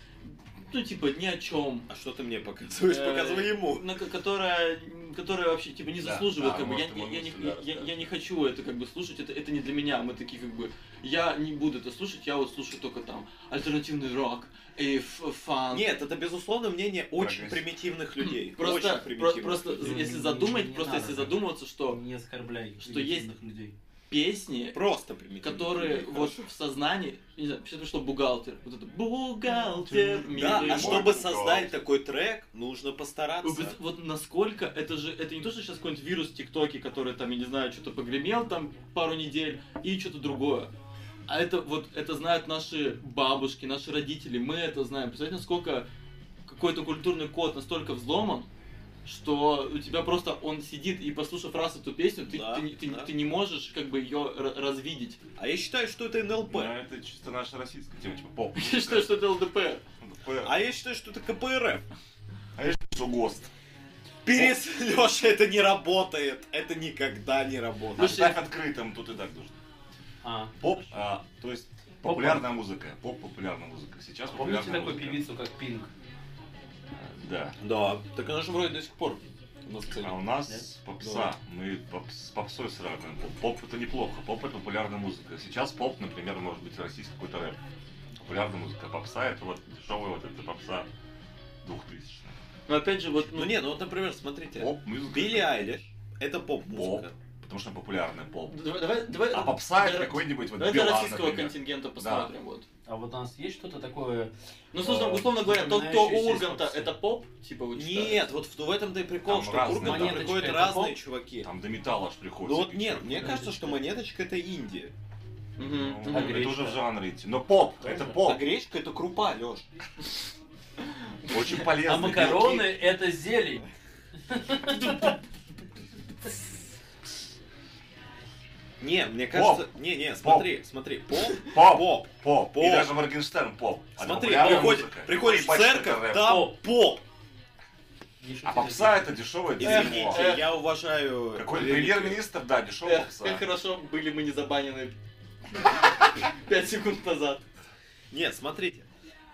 S1: ну типа ни о чем.
S3: А что ты мне показываешь?
S1: Э,
S3: Показывай ему.
S1: на ко- которая, которая вообще типа не
S4: Да,
S1: заслуживает,
S4: да,
S1: как бы я,
S4: может,
S1: я-
S4: ему
S1: я не,
S4: сюда
S1: я- я
S4: расскажешь.
S1: не хочу это как бы слушать, это, это не для меня, мы такие как бы, я не буду это слушать, я вот слушаю только там альтернативный рок и ф- фан.
S3: Нет, это безусловно мнение очень
S4: Прогресс.
S3: примитивных людей.
S1: а, Просто,
S3: Очень
S1: про-
S3: примитивных
S1: просто
S3: людей.
S5: людей.
S1: если
S5: Не-
S1: задумать,
S5: не
S1: просто
S5: надо
S1: если
S5: так.
S1: задумываться, что
S5: Не оскорбляй
S1: Что есть-
S5: негативных людей.
S1: песни,
S3: Просто примитивных
S1: которые
S3: людей,
S1: вот
S3: хорошо.
S1: в сознании, не знаю, потому что бухгалтер, вот это бухгалтер,
S3: Да,
S1: милый
S3: а
S1: мой».
S3: чтобы создать такой трек, нужно постараться.
S1: Вы представ- Вот насколько это же, это не то, что сейчас какой-нибудь вирус в ТикТоке, который там, я не знаю, что-то погремел там пару недель и что-то другое. А это вот, это знают наши бабушки, наши родители, мы это знаем. Представляете, насколько какой-то культурный код настолько взломан, что у тебя просто он сидит и послушав раз эту песню, ты,
S3: Да,
S1: ты не- ты не-
S3: да.
S1: ты не можешь как бы ее ра- развидеть.
S3: А я считаю, что это НЛП.
S4: ну, это чисто наша российская тема, типа поп.
S1: Что, что это ЛДП?
S4: А
S3: А я считаю, что это КПРФ.
S4: что ГОСТ?
S3: Перес, Леша, это не работает. Это никогда не работает.
S1: Слушай,
S4: Оставь открытым, тут и так нужно.
S5: А,
S4: Поп, а, то есть популярная музыка. Поп популярная музыка. Сейчас
S5: А помните
S4: популярная
S5: такую
S4: музыка.
S5: певицу, как Пинк?
S4: Да.
S3: Да, так она же вроде до сих пор. у нас, кстати.
S4: А у нас попса. Мы поп- с попсой сравниваем. Поп- Поп это неплохо. Поп это популярная музыка. Сейчас поп, например, может быть российский какой-то рэп. Популярная музыка. А Попса это вот дешевая вот эта попса 2000
S1: Но опять же, вот, ну,
S3: Ну не, ну вот, например,
S1: Э,
S3: смотрите.
S4: Поп музыка.
S3: Билли Айлиш. Это поп-музыка.
S4: Поп. Потому что она популярная поп.
S1: давай, давай, давай,
S4: А попса это
S1: для-
S4: какой-нибудь вот
S1: давай для
S4: Билан,
S1: ну, российского
S4: например.
S1: контингента посмотрим, вот.
S5: А вот у нас есть что-то такое...
S1: Ну, условно,
S5: Э,
S1: условно говоря, тот, кто у
S5: упоминающийся
S1: Урганта,
S5: из попсы.
S1: это поп, типа вы считаете?
S3: Нет, вот в, в этом-то и прикол,
S4: Там
S3: что
S4: разные,
S3: Ургант
S5: да.
S3: приходят
S5: Монеточка, это
S3: разные
S5: поп?
S3: чуваки.
S4: Там до металла аж приходит.
S3: Ну вот нет, мне
S5: Монеточка.
S3: кажется, что монеточка это Индия.
S1: Мгм,
S4: Ну,
S5: А
S1: мгм.
S4: это
S5: гречка?
S4: уже в жанре идти. Но поп, это
S3: А
S4: поп.
S3: гречка это крупа, Леш.
S4: Очень полезно.
S5: А макароны — это зелень.
S3: Не, мне кажется. Не, не, смотри, смотри. Поп,
S4: Поп.
S3: поп.
S4: Поп.
S3: Поп.
S4: И даже Моргенштерн поп. А это
S3: Смотри,
S4: популярная
S3: приходишь-
S4: музыка.
S3: приходишь в
S4: Ебать, что это
S3: церковь,
S4: рэп.
S3: там
S5: Поп.
S3: поп.
S5: Не шути
S4: А
S5: такие.
S4: попса это дешевое дерьмо.
S3: Извините, я уважаю.
S4: Э, Какой
S3: религию.
S4: премьер-министр, да, дешевая
S1: Эх, как
S4: попса.
S1: хорошо были мы не забанены пять секунд назад.
S3: Нет, смотрите.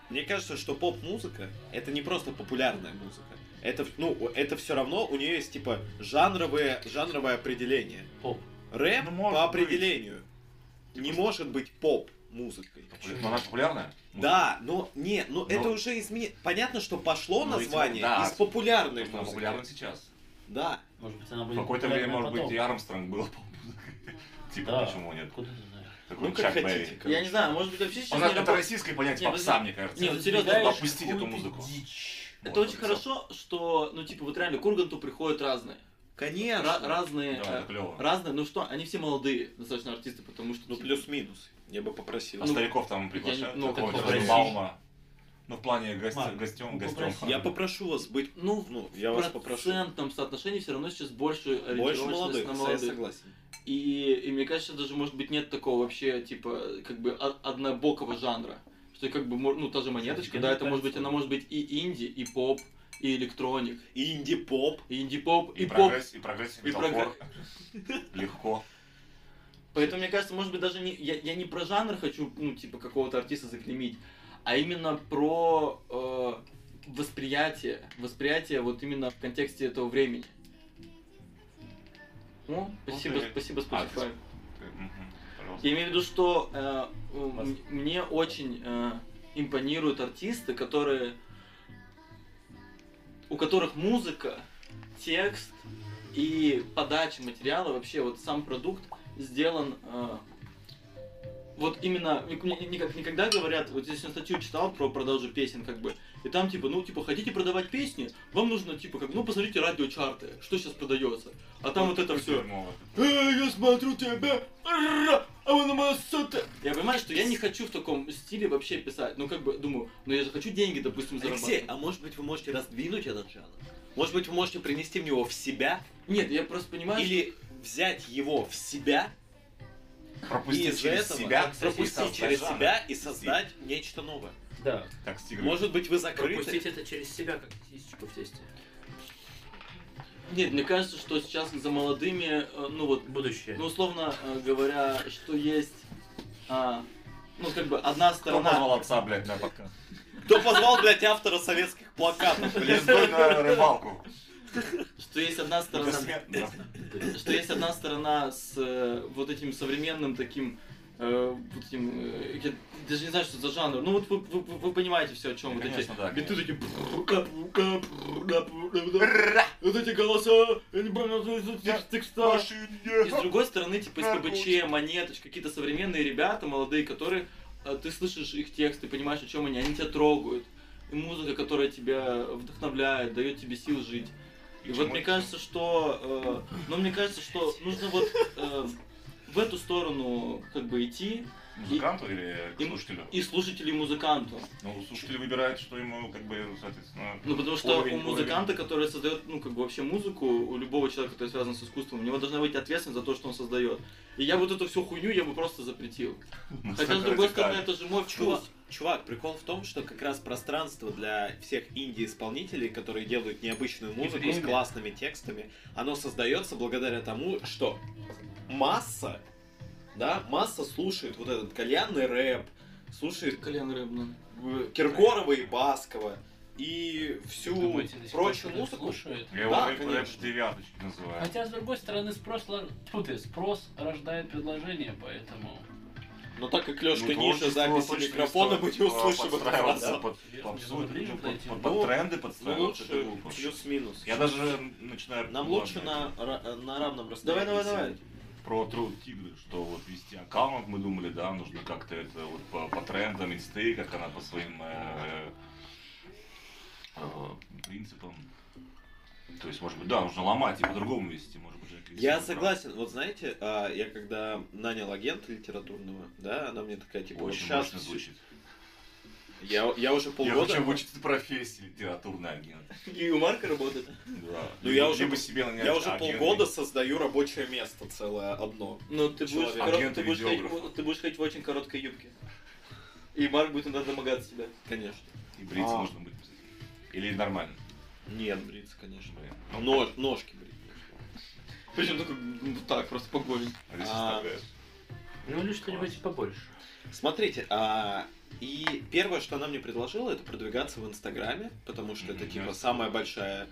S3: Мне кажется, что поп-музыка это не просто популярная музыка. Это, ну, это все равно у нее есть типа жанровые, жанровое определение.
S5: Поп.
S3: Рэп
S4: Ну, может быть. Типа
S3: по определению не может быть поп-музыкой.
S4: Но «Ну, она популярная?
S3: Да, но не, ну
S4: Ну.
S3: это уже изменит. Понятно, что пошло
S4: Ну, ведь,
S3: название
S4: да,
S3: из популярной
S4: Потому что она
S3: музыки.
S4: популярна сейчас.
S3: Да.
S5: Может быть, она
S4: В
S5: будет
S4: какое-то время,
S5: популярна
S4: может быть,
S5: потом.
S4: и Армстронг был поп-музыкой. Типа,
S5: Да.
S4: почему нет?
S5: Откуда ты знаешь?
S4: Какой
S3: Ну, как
S4: Чак
S3: хотите,
S4: Берри.
S3: как-
S1: Я не знаю, может быть, вообще
S4: У
S1: сейчас
S4: нас
S1: не
S4: это
S1: работает.
S4: российское понятие
S1: Не,
S4: попса,
S1: вы-
S4: мне кажется.
S1: Не,
S6: ну,
S5: Ты
S1: вот серьезно,
S5: выдвигаешь
S4: опустить эту
S5: какую-то
S4: музыку.
S5: дичь.
S1: Это
S4: Вот,
S1: очень
S4: всё.
S1: хорошо, что, ну, типа, вот реально, к Урганту приходят разные.
S3: Конечно.
S1: Ра- Разные,
S4: Да, это
S1: э,
S4: клево.
S1: разные, ну что, они все молодые достаточно артисты, потому что...
S3: Ну
S1: типа,
S3: плюс-минус. Я бы попросил.
S4: А стариков там
S1: я
S4: приглашают,
S1: не- ну,
S4: какого-нибудь
S5: как попросить?
S4: Розенбаума. Ну, в плане
S5: Марк,
S4: гостем, гостем,
S5: ну,
S4: гостем.
S5: попроси.
S3: я попрошу вас быть.
S1: Ну, в
S3: Ну, я вас попрошу.
S1: процентном соотношении все равно сейчас больше
S3: Больше
S1: ориентировочность
S3: молодых,
S1: на
S3: с- я
S1: молодых.
S3: согласен.
S1: И, и мне кажется, даже может быть нет такого вообще, типа, как бы о- однобокого жанра. Что как бы, мор- ну, та же монеточка,
S5: Мне
S1: да,
S5: не
S1: это может
S5: кажется.
S1: быть, она может быть и инди, и поп, и электроник,
S3: И инди-поп.
S1: и инди-поп, и,
S4: И
S1: поп.
S4: прогресс, и прогресс,
S1: И
S4: и металкор. Легко.
S1: Поэтому мне кажется, может быть, даже не, я, я не про жанр хочу, ну, типа, какого-то артиста заклеймить, а именно про э, восприятие, восприятие вот именно в контексте этого времени. Ну, спасибо,
S4: Окей.
S1: спасибо,
S4: А,
S1: Spotify.
S4: Мгм, пожалуйста.
S1: Я имею в виду, что э, м- мне очень э, импонируют артисты, которые у которых музыка, текст и подача материала, вообще вот сам продукт сделан э, вот именно, мне- мне никак- никогда говорят, вот здесь я статью читал про продажу песен, как бы, и там типа, ну типа, хотите продавать песни, вам нужно типа, как, ну посмотрите радиочарты, что сейчас продается, а там вот это все,
S4: Дерьмово.
S1: «Эй, Э, я смотрю тебя, ра, а вы на моё сото». Я понимаю, что я не хочу в таком стиле вообще писать. Ну, как бы, думаю, ну я же хочу деньги, допустим,
S3: Алексей,
S1: зарабатывать.
S3: а может быть вы можете раздвинуть этот жанр? Может быть вы можете принести в него в себя?
S1: Нет, я просто понимаю,
S3: Или взять его в себя и
S4: Пропустить
S3: из-за
S4: через
S3: этого
S4: себя,
S3: пропустить
S4: создать
S3: через
S4: жанр.
S3: себя и создать нечто новое.
S5: Да.
S4: Так, с тиграми.
S3: Может быть, вы
S6: Пропустить
S3: закрыты.
S6: это через себя, как сисечку в тесте.
S1: Нет, мне кажется, что сейчас за молодыми, э, ну вот,
S6: Будущее.
S1: ну условно э, говоря, что есть, а, ну как бы одна
S4: Кто
S1: сторона.
S4: позвал отца, блядь, на подкаст?
S3: Кто позвал, блядь, автора советских плакатов, блядь?
S4: Пиздуй на рыбалку.
S1: Что есть одна сторона.
S4: Бессмертно.
S1: Что есть одна сторона с э, вот этим современным таким. э, вот этим, э, я даже не знаю, что за жанр. Ну вот вы, вы- вы- вы понимаете все, о чем
S4: Ну,
S1: вот
S4: конечно,
S1: эти
S4: да,
S1: биты такие. Вот эти голоса, я не ну, понял, что это текст- текста. И с другой стороны, типа СКБЧ, монеточка, какие-то современные ребята, молодые, которые э, ты слышишь их текст, ты понимаешь, о чем они, они тебя трогают. И музыка, которая тебя вдохновляет, дает тебе сил жить. И вот мне кажется, что, э, ну мне кажется, что нужно вот э, в эту сторону как бы идти
S4: Музыканту или
S1: и-
S4: к слушателю?
S1: и слушателю, и музыканту.
S4: Ну, слушатель выбирает, что ему, как бы, соответственно...
S1: Ну, потому что
S4: уровень-
S1: у музыканта, который создает, ну, как бы вообще музыку, у любого человека, который связан с искусством, у него должна быть ответственность за то, что он создает. И я вот эту всю хуйню я бы просто запретил.
S4: уровень. Ну,
S1: Хотя, с
S4: это
S1: другой стороны,
S4: радикально.
S1: это же мой
S3: Чувак,
S1: вкус.
S3: чувак, прикол в том, что как раз пространство для всех инди-исполнителей, которые делают необычную музыку с
S5: время.
S3: классными текстами, оно создается благодаря тому, что масса, да, масса слушает вот этот кальянный рэп, слушает
S1: Колян Рэп, да.
S3: э, Киркорова и Баскова и всю
S6: Думаете, до сих пор
S3: прочую
S6: кто-то
S3: музыку.
S6: слушает?
S4: Я его
S3: Да,
S4: рэп-
S3: конечно.
S4: рэп с девяточки называю.
S6: Хотя, с другой стороны, спрос, ло- Тьфу ты, спрос рождает предложение, поэтому...
S3: Но так как Лёшка
S4: Ну,
S3: ниже
S4: творчество
S3: записи
S4: точно
S3: микрофона, мы
S4: стоит,
S3: не услышим
S4: а,
S3: этого,
S4: подстраиваться
S3: да?
S4: под
S6: Я
S4: попсу,
S6: думаю, ближе
S4: под-
S6: подойти.
S4: под-
S3: Ну,
S4: под тренды
S3: Ну,
S4: подстраиваться. это
S3: лучше
S4: глупо.
S3: плюс-минус.
S4: Я даже начинаю...
S3: Нам
S4: ну,
S3: лучше
S4: ладно,
S3: на, ра- э, на равном расстоянии.
S1: Давай, давай, давай.
S4: Про труд тигры, что вот вести аккаунт, мы думали, да, нужно как-то это вот по, по трендам, инсты, как она по своим э, э, принципам. То есть, может быть, да, нужно ломать и по-другому вести, может быть, Жека,
S3: Я
S4: если вы
S3: согласен. Вот знаете, а, я когда нанял агента литературного, да, она мне такая,
S4: правы.
S3: типа, вот
S4: Очень
S3: сейчас...
S4: мощно звучит.
S3: Я, я уже
S4: Я
S3: полгода...
S4: хочу выучить профессию литературный агент.
S1: И у Марка работает.
S4: Да.
S3: Ну, я уже-
S4: Либо себе нанять
S3: я уже
S4: агента.
S3: полгода создаю рабочее место целое одно.
S1: Но ты будешь,
S3: Человек,
S1: в корот-
S4: агент
S1: ты,
S4: и
S1: будешь ходить,
S4: видеограф.
S1: в- ты будешь ходить в очень короткой юбке. И Марк будет иногда домогаться тебя.
S3: Конечно.
S4: И бриться
S3: А.
S4: нужно будет. Или нормально.
S3: Нет, бриться, конечно.
S4: Блин.
S3: Но, ножки брить.
S1: Причем только ну, так, просто по голени.
S4: А здесь
S3: А.
S4: такая.
S6: Ну или что-нибудь побольше.
S3: Смотрите, а, и первое, что она мне предложила, это продвигаться в Инстаграме, потому что это
S4: Мгм,
S3: типа
S4: ясно.
S3: самая большая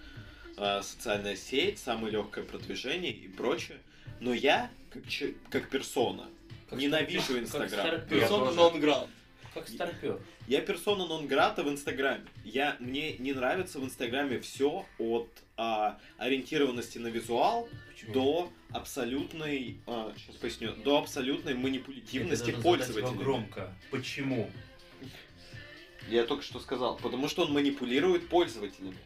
S3: а, социальная сеть, самое легкое продвижение и прочее. Но я, как, че- как персона, ненавижу Инстаграм.
S6: стар-
S1: Персона
S4: тоже.
S1: нон гран.
S6: Как старпер.
S3: Я персона нон-грата в Инстаграме. Я, мне не нравится в Инстаграме все от а, ориентированности на визуал до абсолютной, а, щас поясню, до абсолютной манипулятивности пользователя.
S5: громко. Почему?
S3: Я только что сказал, потому что он манипулирует пользователями.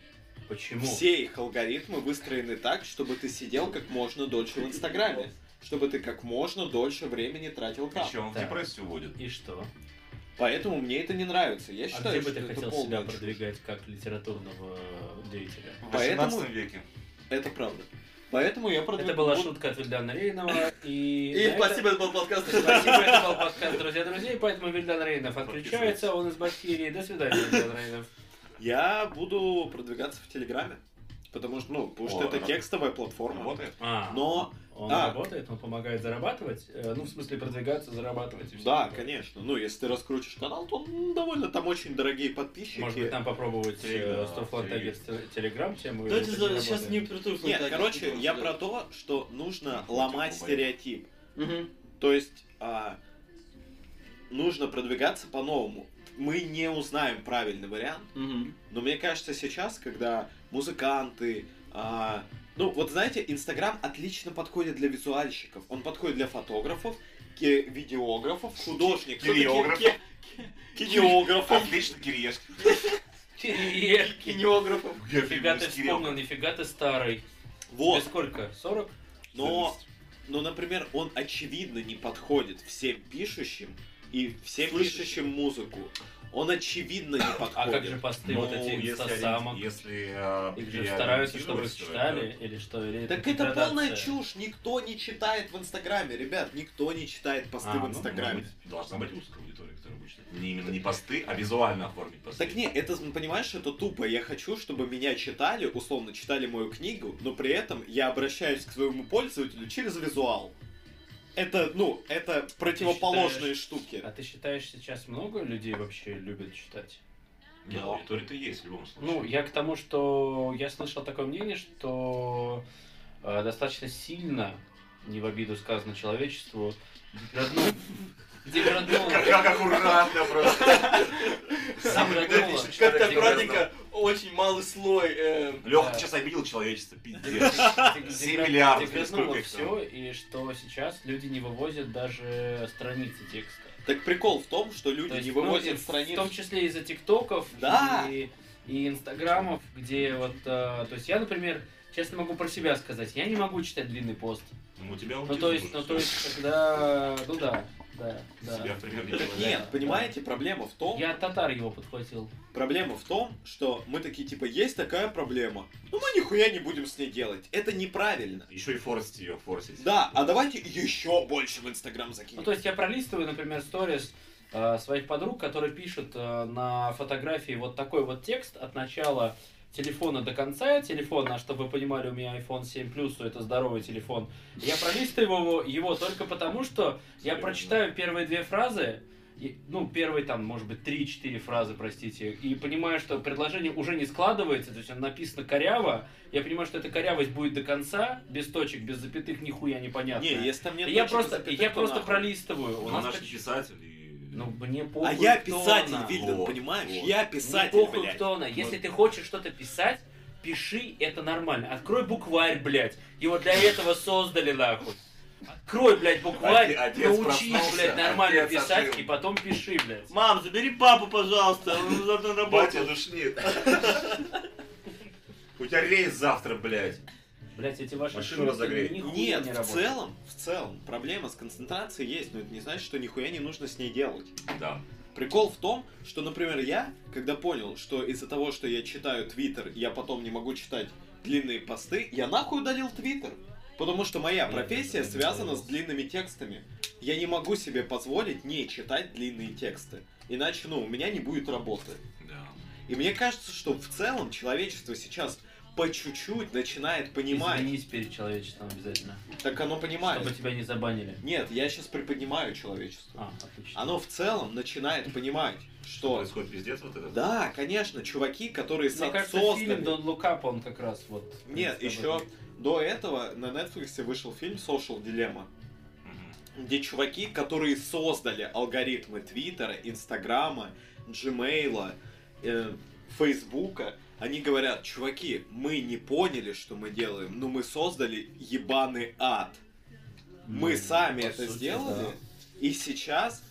S5: Почему?
S3: Все их алгоритмы выстроены так, чтобы ты сидел как можно дольше в Инстаграме, чтобы ты как можно дольше времени тратил там.
S4: Еще он в
S6: Так.
S4: депрессию вводит.
S6: И что?
S3: Поэтому мне это не нравится. Я
S6: а где
S3: считаю,
S6: бы
S3: что
S6: ты
S3: это
S6: хотел себя
S3: полная чушь.
S6: продвигать как литературного деятеля?
S4: В
S3: Поэтому-
S4: 18 веке.
S3: Это правда. Поэтому я продвигаю.
S6: Это была шутка от Вильдана Рейнова. И,
S1: И
S6: на
S1: спасибо, это был подкаст.
S6: этом- Спасибо, это был подкаст «Друзья друзей», поэтому Вильдан Рейнов отключается, он из Башкирии. До свидания, Вильдан Рейнов.
S3: Я буду продвигаться в Телеграме. Потому что, ну, потому что
S4: О,
S3: это
S4: раз-
S3: текстовая платформа.
S4: Работает?
S6: А,
S3: Но,
S6: он
S3: а.
S6: работает, он помогает зарабатывать, э, ну, в смысле, продвигаться, зарабатывать. и всё
S3: да,
S6: такое.
S3: конечно. Ну, если ты раскрутишь канал, то ну, довольно там очень дорогие подписчики.
S6: Может быть, нам попробовать э,
S4: Телеграм,
S6: Стофлантагер Телеграм тему?
S1: Давайте
S6: или
S1: за-
S6: это
S1: сейчас не
S6: работает?
S1: притрушу.
S3: Нет, короче, я про то, что нужно
S4: Охотник
S3: ломать
S4: рубает.
S3: стереотип.
S1: Мгм.
S3: То есть а, нужно продвигаться по-новому. Мы не узнаем правильный вариант,
S1: Мгм.
S3: но мне кажется сейчас, когда музыканты, а, ну вот знаете, Инстаграм отлично подходит для визуальщиков, он подходит для фотографов, ке- видеографов, художников,
S4: Кинеограф.
S3: Ке- ке- кинеографов.
S4: Отлично, Кириешки.
S6: Е,
S1: Кинеографов.
S6: Нифига ты вспомнил, нифига ты старый. Тебе
S3: Вот,
S6: сколько? 40?
S3: но, но, например, он очевидно не подходит всем пишущим и всем
S1: Слышащим.
S3: пишущим музыку. Он очевидно не подходит.
S6: А как же посты
S4: Ну,
S6: вот эти
S4: если
S6: инстасамок?
S4: ориен- Если... э,
S6: Их же
S4: переориентировать,
S6: стараются, чтобы
S4: то,
S6: читали, или что? Или
S3: Так это полная
S6: деградация?
S3: чушь, никто не читает в Инстаграме, ребят, никто не читает посты
S4: А, ну,
S3: в Инстаграме.
S4: может быть, Должна быть узкая аудитория, которая будет читать. Не именно не посты, а визуально оформить посты.
S3: Так не, это, ну, понимаешь, это тупо. Я хочу, чтобы меня читали, условно читали мою книгу, но при этом я обращаюсь к своему пользователю через визуал. Это, ну, это противоположные
S6: считаешь-
S3: штуки.
S6: А ты считаешь, сейчас много людей вообще любят читать?
S4: Нет,
S3: Да.
S4: аудитория-то есть в любом случае.
S6: Ну, я к тому, что я слышал такое мнение, что э, достаточно сильно, не в обиду сказано человечеству, деграднул- деграднуло.
S4: Как аккуратно просто.
S6: Деграднуло.
S1: Как-то, аккуратненько, очень малый слой. э,
S4: Леха,
S6: Да.
S4: ты сейчас обидел человечество, пиздец. Семь миллиардов, или сколько
S6: Деграднуло
S4: их там?
S6: все, и что сейчас люди не вывозят даже страницы текста.
S3: Так прикол в том, что люди
S6: То есть,
S3: не
S6: ну,
S3: вывозят
S6: в-
S3: страниц.
S6: В том числе из-за тиктоков
S3: Да.
S6: и, и инстаграмов, где вот... э, то есть я, например, честно могу про себя сказать, я не могу читать длинный пост.
S4: Ну, у тебя
S6: Ну, то есть, ну, то есть, когда... Ну, да, да,
S4: Себя
S6: да.
S4: в пример не
S3: Так
S4: приводит.
S3: нет, понимаете, проблема в том,
S6: Я татар его подхватил.
S3: проблема в том, что мы такие типа есть такая проблема, ну мы нихуя не будем с ней делать, это неправильно.
S4: Еще и форсить ее, форсить.
S3: Да, а давайте еще больше в Инстаграм
S6: Ну,
S3: закинем.
S6: то есть я пролистываю, например, сторис э, своих подруг, которые пишут э, на фотографии вот такой вот текст от начала телефона до конца телефона, а чтобы вы понимали, у меня iPhone 7 Plus, это здоровый телефон. Я пролистываю его, его только потому, что я прочитаю первые две фразы, и- ну, первые там, может быть, 3-4 фразы, простите, и понимаю, что предложение уже не складывается, то есть оно написано коряво, я понимаю, что эта корявость будет до конца, без точек, без запятых, нихуя непонятно.
S3: Не, если там нет
S6: Я
S3: точек и
S6: просто,
S3: запятых,
S6: я
S3: то
S6: просто
S3: нахуй.
S6: пролистываю. У
S4: Он
S6: нас
S4: наш
S6: поч-
S4: писатель и...
S6: Ну, мне похуй,
S3: А я
S6: кто она.
S3: писатель, Вильден,
S4: Вот,
S3: понимаешь?
S4: вот.
S3: Я
S6: Мне
S3: писатель,
S6: похуй,
S3: блядь.
S6: кто она. Если ты хочешь что-то писать, пиши, это нормально. Открой букварь, блядь. Его для этого создали, нахуй. Открой, блядь, букварь,
S4: Оте- отец
S6: научись,
S4: проснулся,
S6: блядь, нормально
S4: отец
S6: писать
S4: ожил.
S6: и потом пиши, блядь.
S1: Мам, забери папу, пожалуйста, он завтра на работе.
S4: душнит. У тебя рейс завтра, блядь.
S6: Блядь, эти ваши
S4: Машину
S6: шутки
S4: разогрей.
S6: нихуя
S3: Нет,
S6: не
S3: в
S6: работают.
S3: целом, в целом, проблема с концентрацией есть, но это не значит, что нихуя не нужно с ней делать.
S4: Да.
S3: Прикол в том, что, например, я, когда понял, что из-за того, что я читаю Твиттер, я потом не могу читать длинные посты, я нахуй удалил Твиттер. Потому что моя
S6: Я
S3: профессия
S6: даже Ну, не
S3: связана с
S6: удалился.
S3: длинными текстами. Я не могу себе позволить не читать длинные тексты. Иначе, ну, у меня не будет работы.
S4: Да.
S3: И мне кажется, что в целом человечество сейчас по чуть-чуть начинает понимать.
S6: Извинись перед человечеством обязательно,
S3: Так оно понимает.
S6: чтобы тебя не забанили.
S3: Нет, я сейчас приподнимаю человечество.
S6: А, отлично.
S3: Оно в целом начинает понимать, что...
S4: Происходит пиздец вот этот.
S3: Да, конечно, чуваки, которые со-
S6: Мне кажется, фильм
S3: создали...
S6: Дон Лукап, он как раз вот...
S3: Нет, еще до этого на Netflix вышел фильм Social Dilemma,
S4: Мгм.
S3: где чуваки, которые создали алгоритмы Твиттера, Инстаграма, Gmail, Фейсбука, они говорят, чуваки, мы не поняли, что мы делаем, но мы создали ебаный ад. Мы сами
S6: Ну, по
S3: это
S6: сути,
S3: сделали,
S6: да.
S3: и сейчас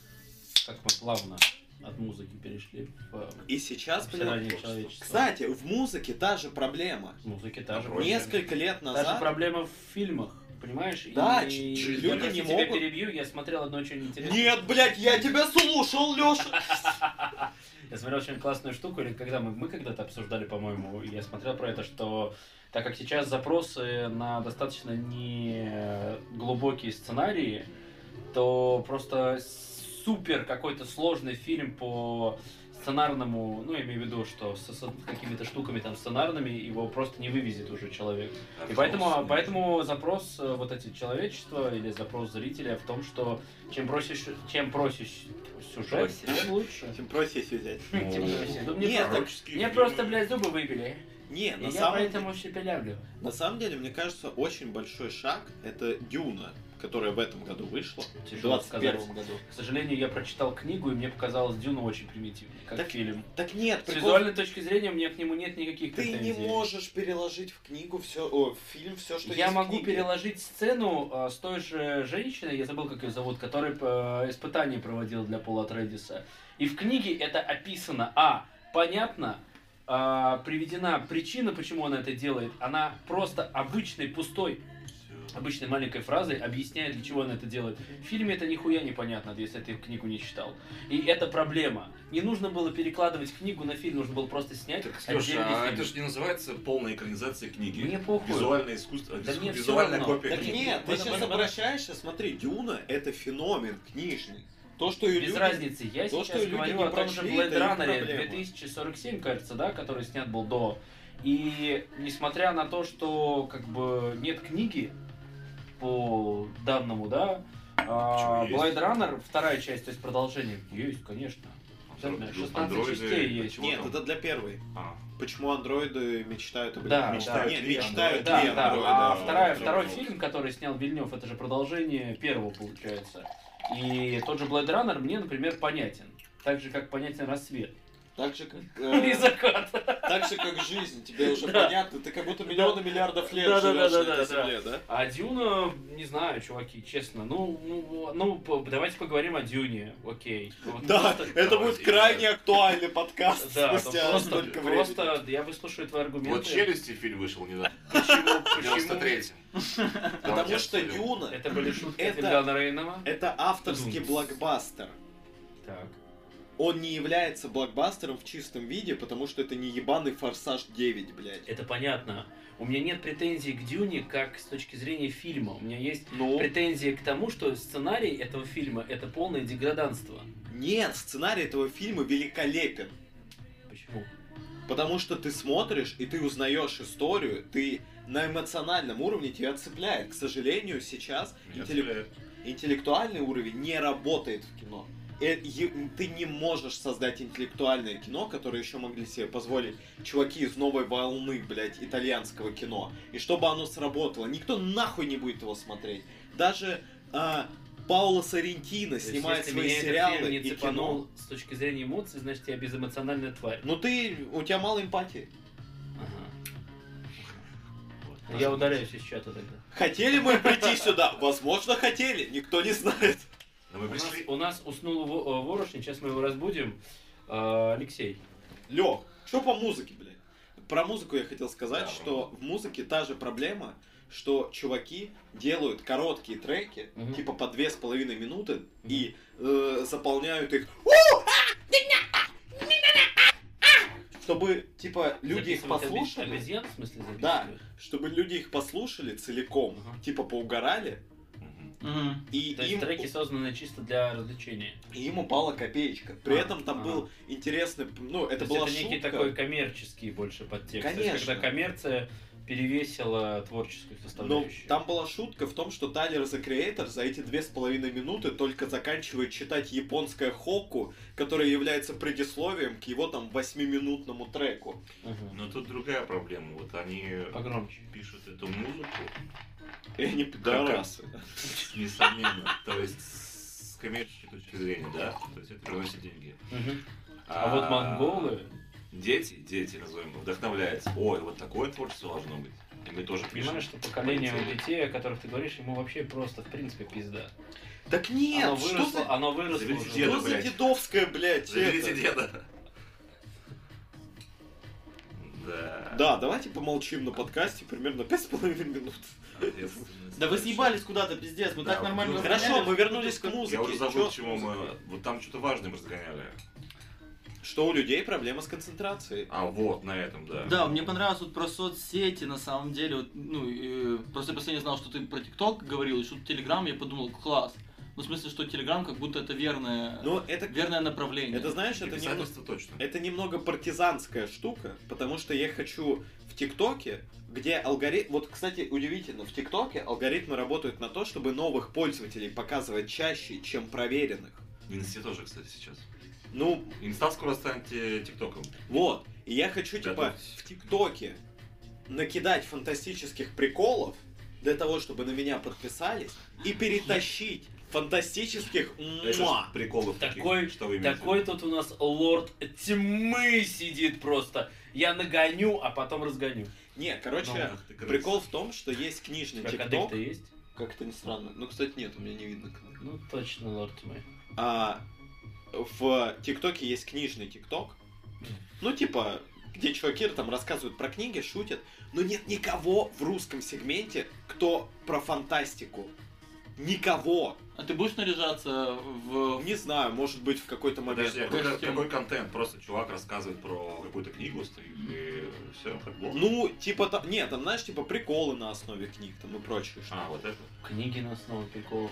S6: Как мы плавно от музыки перешли в
S3: И сейчас, блин,
S6: обсирание человечества.
S3: кстати, в музыке та же проблема.
S6: в музыке та же проблема.
S3: Несколько лет
S6: Та же
S3: назад
S6: проблема в фильмах, понимаешь?
S3: Да,
S6: И...
S3: ч- ч-
S6: я,
S3: люди
S6: прости,
S3: не
S6: тебя
S3: могут.
S6: перебью, я смотрел одно очень интересное.
S3: Нет, блядь, я тебя слушал, Леша!
S6: Я смотрел очень классную штуку, или когда мы, мы когда-то обсуждали, по-моему, я смотрел про это, что так как сейчас запросы на достаточно не глубокие сценарии, то просто супер какой-то сложный фильм по сценарному, ну, я имею в виду, что с, с какими-то штуками там сценарными его просто не вывезет уже человек.
S4: Так
S6: И
S4: что
S6: поэтому,
S4: с-
S6: поэтому запрос э, вот эти человечества или запрос зрителя в том, что чем просишь, чем просишь сюжет,
S4: Просишь.
S6: тем лучше.
S3: Чем проще взять.
S4: Ну,
S6: Тем проще. Ну, мне просто-
S3: Нет, так...
S4: пророческие
S6: Мне
S4: фильмы.
S6: просто, блядь, зубы выбили.
S3: Не,
S6: И
S3: на
S6: я
S3: самом,
S6: поэтому щепелявлю.
S3: де- на самом деле, мне кажется, очень большой шаг — это «Дюна», которая в этом году вышла, в
S6: Тяжело
S3: 21
S6: сказать.
S3: году.
S6: К сожалению, я прочитал книгу, и мне показалось Дюна очень примитивной, как
S3: Так
S6: фильм.
S3: Так нет,
S6: С
S3: прикол...
S6: визуальной точки зрения у меня к нему нет никаких
S3: Ты не
S6: претензий.
S3: можешь переложить в книгу все, о, в фильм все, что
S6: Я
S3: есть в
S6: могу
S3: книге.
S6: переложить сцену э, с той же женщиной, я забыл, как ее зовут, которая э, испытание проводила для Пола Тредиса. И в книге это описано. А, понятно, а, приведена причина, почему она это делает. Она просто обычный, пустой
S4: Всё.
S6: обычной маленькой фразой объясняет, для чего она это делает. В фильме это нихуя не понятно, если ты книгу не читал. И это проблема. Не нужно было перекладывать книгу на фильм, нужно было просто снять
S4: Так, Слеша,
S6: отдельный
S4: а
S6: фильм.
S4: это же не называется полная экранизация книги.
S6: Мне похуй.
S4: Визуальное искусство,
S6: Да
S4: диску-
S6: мне всё
S4: визуальная
S6: равно.
S4: копия
S6: Так
S4: книги.
S3: Нет, ты
S6: Ладно,
S3: сейчас
S6: ладно, ладно.
S3: обращаешься, смотри, Дюна это феномен книжный. То, что и
S6: Без
S3: люди-
S6: разницы, я
S3: то,
S6: сейчас
S3: что люди
S6: говорю
S3: не
S6: о том же
S3: прошли,
S6: Blade
S3: это их
S6: Runner
S3: проблема.
S6: 2047, кажется, да, который снят был до. И несмотря на то, что как бы нет книги по данному, да, а,
S4: Почему
S6: Blade
S4: есть?
S6: Runner, вторая часть, то есть продолжение, есть, конечно. Наверное, 16
S4: Андроиды,
S6: частей есть.
S4: чего
S3: Нет,
S4: там?
S3: это для первой.
S4: А,
S3: Почему андроиды мечтают об
S6: Да,
S3: мечтают,
S4: да.
S3: нет, мечтают
S6: Да,
S3: ли
S6: да.
S3: андроиды?
S6: А
S4: да,
S6: вторая,
S4: да,
S6: второй
S4: да.
S6: фильм, который снял Вильнев, это же продолжение первого получается. И тот же Blade Runner мне, например, понятен. Так же, как понятен рассвет.
S3: Так же, как,
S6: И
S3: э,
S6: закат.
S3: так же, как жизнь, тебе уже
S6: Да.
S3: понятно, ты как будто миллионы миллиардов лет
S6: Да, да,
S3: живешь
S6: да,
S3: на
S6: да,
S3: этой
S6: да.
S3: земле, да?
S6: А Дюна, не знаю, чуваки, честно. Ну, ну, ну, по- давайте поговорим о Дюне, окей. Вот
S3: Да,
S6: просто-
S3: это будет крайне актуальный подкаст
S6: Да, ну
S3: спустя
S6: просто,
S3: столько времени.
S6: просто я выслушаю твои аргументы.
S4: вот «Челюсти» фильм вышел недавно, в
S6: Почему? Почему?
S4: 93-м.
S3: Потому что
S4: Дюн...
S3: Дюна
S6: Это были шутки
S3: Это-
S6: Фингана Рейнова.
S3: это авторский
S6: Дюнс.
S3: блокбастер.
S6: Так.
S3: Он не является блокбастером в чистом виде, потому что это не ебаный Форсаж 9, блядь.
S6: Это понятно. У меня нет претензий к Дюне как с точки зрения фильма. У меня есть
S3: Ну,
S6: претензии к тому, что сценарий этого фильма это полное деграданство.
S3: нет, сценарий этого фильма великолепен.
S6: Почему?
S3: Потому что ты смотришь и ты узнаешь историю, ты на эмоциональном уровне тебя цепляет. К сожалению, сейчас интеллек- интеллектуальный уровень не работает в кино. Э, е- Ты не можешь создать интеллектуальное кино, которое еще могли себе позволить чуваки из новой волны, блядь, итальянского кино. И чтобы оно сработало, никто нахуй не будет его смотреть. Даже а, Пауло Соррентино
S6: То есть,
S3: снимает
S6: если
S3: свои
S6: меня этот фильм
S3: сериалы
S6: не
S3: и
S6: цепанул
S3: кино.
S6: с точки зрения эмоций, значит я безэмоциональная тварь.
S3: Ну ты, у тебя мало эмпатии.
S6: Ага. Я удаляюсь из чата тогда.
S3: Хотели мы прийти сюда? Возможно, хотели. Никто не знает.
S4: Но мы
S6: У нас,
S4: пришли...
S6: у нас уснул во- э, Ворошин, сейчас мы его разбудим. А, Алексей.
S3: Лех, что по музыке, блядь? Про музыку я хотел сказать,
S4: Да,
S3: что в музыке та же проблема, что чуваки делают короткие треки,
S6: Мгм.
S3: типа по две с половиной минуты,
S6: Мгм.
S3: и э, заполняют их. Чтобы, типа, люди их
S6: Записывать обез-
S3: послушали.
S6: Обезьян, в смысле,
S3: Да.
S6: записывать?
S3: Чтобы люди их послушали целиком,
S6: Ага.
S3: типа поугорали,
S4: Мгм.
S1: Мгм.
S3: и
S6: То есть
S3: им
S6: треки созданы чисто для развлечения.
S3: И им упала копеечка. При
S6: А,
S3: этом там
S6: ага.
S3: был интересный, ну, это
S6: То есть
S3: была
S6: это некий
S3: шутка.
S6: такой коммерческий больше подтекст. То есть
S3: Конечно.
S6: когда коммерция перевесила творческую
S3: Но
S6: составляющую.
S3: Ну, там была шутка в том, что Тайлер The Creator за эти две с половиной минуты только заканчивает читать японское хокку, которое является предисловием к его там восьмиминутному треку.
S6: Мгм.
S4: Но тут другая проблема. Вот они
S6: Погромче.
S4: пишут эту музыку,
S3: И они пидорасы.
S4: несомненно. То есть с коммерческой точки зрения, да? То есть это приносит деньги.
S6: Мгм. А, вот монголы,
S4: Дети, дети, назовем их, вдохновляются. Ой, вот такое творчество должно быть. И мы тоже пишем.
S6: понимаешь, что поколение
S4: Полетели.
S6: детей, о которых ты говоришь, ему вообще просто, в принципе, пизда.
S3: Так нет,
S6: оно
S3: что
S6: выросло,
S3: за,
S6: оно выросло
S4: Заведите
S6: уже.
S4: деда,
S3: что за
S4: блядь.
S3: дедовское, блядь,
S4: Заберите
S3: это?
S4: деда. Да.
S3: Да, давайте помолчим на подкасте примерно пять с половиной минут.
S4: Ответственность.
S1: Да вы съебались куда-то, пиздец, мы
S4: Да,
S1: так нормально
S4: ну,
S3: Хорошо,
S1: разгоняли.
S3: мы вернулись к музыке.
S4: Я уже
S3: Чё
S4: забыл,
S3: с
S4: чему
S3: музыкой?
S4: мы... Вот там что-то важное мы разгоняли.
S3: Что у людей проблема с концентрацией.
S4: А, вот, на этом, да.
S1: Да, мне понравилось вот про соцсети, на самом деле, вот, ну, и, э, просто я последний знал, что ты про ТикТок говорил, и что Телеграм, я подумал, класс. Ну, в смысле, что Телеграм как будто это верное,
S3: Но Ну, это,
S1: верное направление.
S3: это знаешь, это немного, Э,
S4: Писательство точно.
S3: это немного партизанская штука, потому что я хочу в ТикТоке, где алгоритм... Вот, кстати, удивительно, в ТикТоке алгоритмы работают на то, чтобы новых пользователей показывать чаще, чем проверенных.
S4: В Инсте тоже, кстати, сейчас.
S3: Ну,
S4: Инста скоро станет э, ТикТоком.
S3: вот. И я хочу, типа,
S4: Готовьтесь.
S3: в ТикТоке накидать фантастических приколов для того, чтобы на меня подписались, и перетащить фантастических... муа.
S4: Это приколы.
S6: Такой-
S4: что вы имеете в
S6: Такой
S4: виду?
S6: тут у нас лорд тьмы сидит просто. Я нагоню, а потом разгоню.
S3: Не, короче,
S4: Ну, ах ты крыса.
S3: прикол в том, что есть книжный
S6: Как
S3: тикток.
S6: то есть?
S3: Как-то не странно. Ну, кстати, нет, у меня не видно. канала.
S6: Ну, точно лорд тьмы.
S3: А в ТикТоке есть книжный ТикТок. Ну, типа, где чуваки там рассказывают про книги, шутят, но нет никого в русском сегменте, кто про фантастику. Никого.
S1: А ты будешь наряжаться в...
S3: Не знаю, может быть, в какой-то момент.
S4: Подожди, а какой,
S1: Подожди.
S4: какой контент? Просто чувак рассказывает про какую-то книгу, и все, как блог.
S3: Ну, типа там, нет, там, знаешь, типа приколы на основе книг там и прочее. что.
S4: А, вот это.
S6: Книги на основе приколов.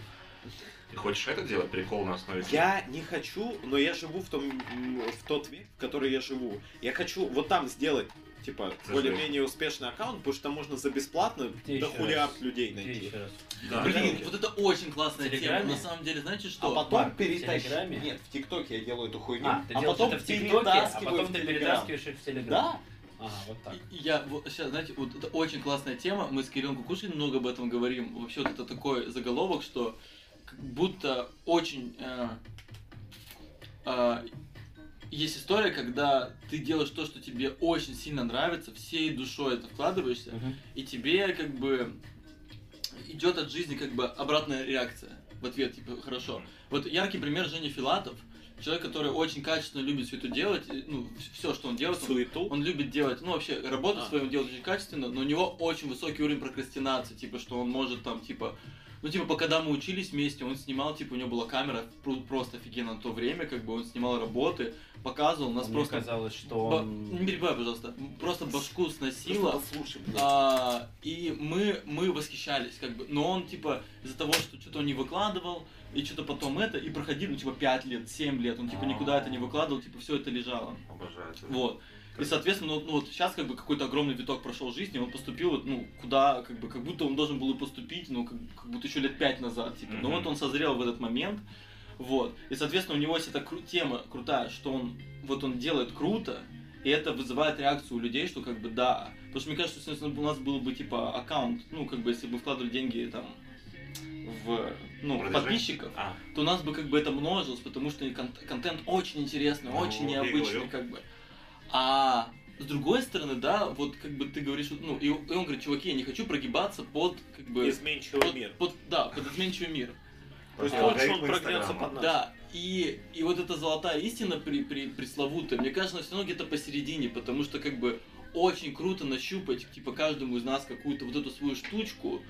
S4: Ты хочешь это делать? Прикол на основе
S3: Я не хочу, но я живу в том, м, в тот век, в который я живу. Я хочу вот там сделать, типа,
S4: Слушай.
S3: более-менее успешный аккаунт, потому что там можно за бесплатно
S6: Где
S3: до
S6: еще
S3: хуя
S6: раз?
S3: людей
S6: Где
S3: найти.
S6: еще раз?
S4: Да.
S1: Блин,
S3: Телеграме.
S1: вот это очень классная
S6: В Телеграме?
S1: тема. На самом деле, знаете
S3: А
S1: что?
S3: потом
S6: в
S3: перетащить.
S6: Телеграме?
S3: Нет, в ТикТоке я делаю эту хуйню.
S6: А, ты делаешь это в ТикТоке, а
S3: перетаскиваю
S6: потом ты
S3: в Телеграм.
S6: перетаскиваешь их в Телеграм.
S3: Да.
S6: А, вот так.
S1: Я вот сейчас, знаете, вот это очень классная тема. Мы с Кириллом Кукушкиным много об этом говорим. Вообще вот это такой заголовок, что как будто очень э, э, есть история, когда ты делаешь то, что тебе очень сильно нравится, всей душой это вкладываешься,
S6: Мгм.
S1: и тебе как бы идет от жизни как бы обратная реакция в ответ, типа, хорошо. Вот яркий пример Женя Филатов, человек, который очень качественно любит все это делать, и, ну, все, что он делает, он
S3: Суету.
S1: он любит делать, ну вообще, работу
S3: А.
S1: свою он делает очень качественно, но у него очень высокий уровень прокрастинации, типа, что он может там, типа, ну, типа, пока когда мы учились вместе, он снимал, типа, у него была камера пру- просто офигенно на то время, как бы он снимал работы, показывал, нас
S6: Мне
S1: просто...
S6: казалось, что
S1: ба-
S6: он...
S1: Не перебивай, пожалуйста. Просто башку сносило.
S3: Просто послушай, блин.
S1: А, и мы, мы восхищались, как бы. Но он, типа, из-за того, что что-то он не выкладывал, и что-то потом это, и проходили, ну, типа, 5 лет, 7 лет, он, типа, никуда это не выкладывал, типа, все это лежало.
S4: Обожаю это.
S1: Вот. И, соответственно, ну, ну, вот сейчас как бы какой-то огромный виток прошел жизни, он поступил, вот, ну, куда, как бы, как будто он должен был и поступить, ну, как, как будто еще лет пять назад, типа. Но
S4: Мгм.
S1: вот он созрел в этот момент, вот. И, соответственно, у него есть эта кру- тема крутая, что он, вот он делает круто, и это вызывает реакцию у людей, что как бы да. Потому что мне кажется, что если у нас был бы типа аккаунт, ну, как бы, если бы вкладывали деньги там в, ну, в
S4: Продвижение?
S1: подписчиков,
S4: А,
S1: то у нас бы как бы это множилось, потому что и кон- контент очень интересный,
S4: Ну,
S1: очень
S4: я и
S1: необычный,
S4: говорю.
S1: как бы. А с другой стороны, да, вот как бы ты говоришь, вот, ну, и, он и он говорит, чуваки, я не хочу прогибаться под, как бы,
S3: Изменчивый
S1: под,
S3: мир.
S1: под- да, под изменчивый мир.
S3: То есть
S4: а,
S3: лучше он
S4: алгоритмы
S3: прогнется
S4: Инстаграма.
S3: под нас.
S1: Да, и, и вот эта золотая истина при, при, пресловутая, мне кажется, все равно где-то посередине, потому что как бы очень круто нащупать, типа, каждому из нас какую-то вот эту свою штучку,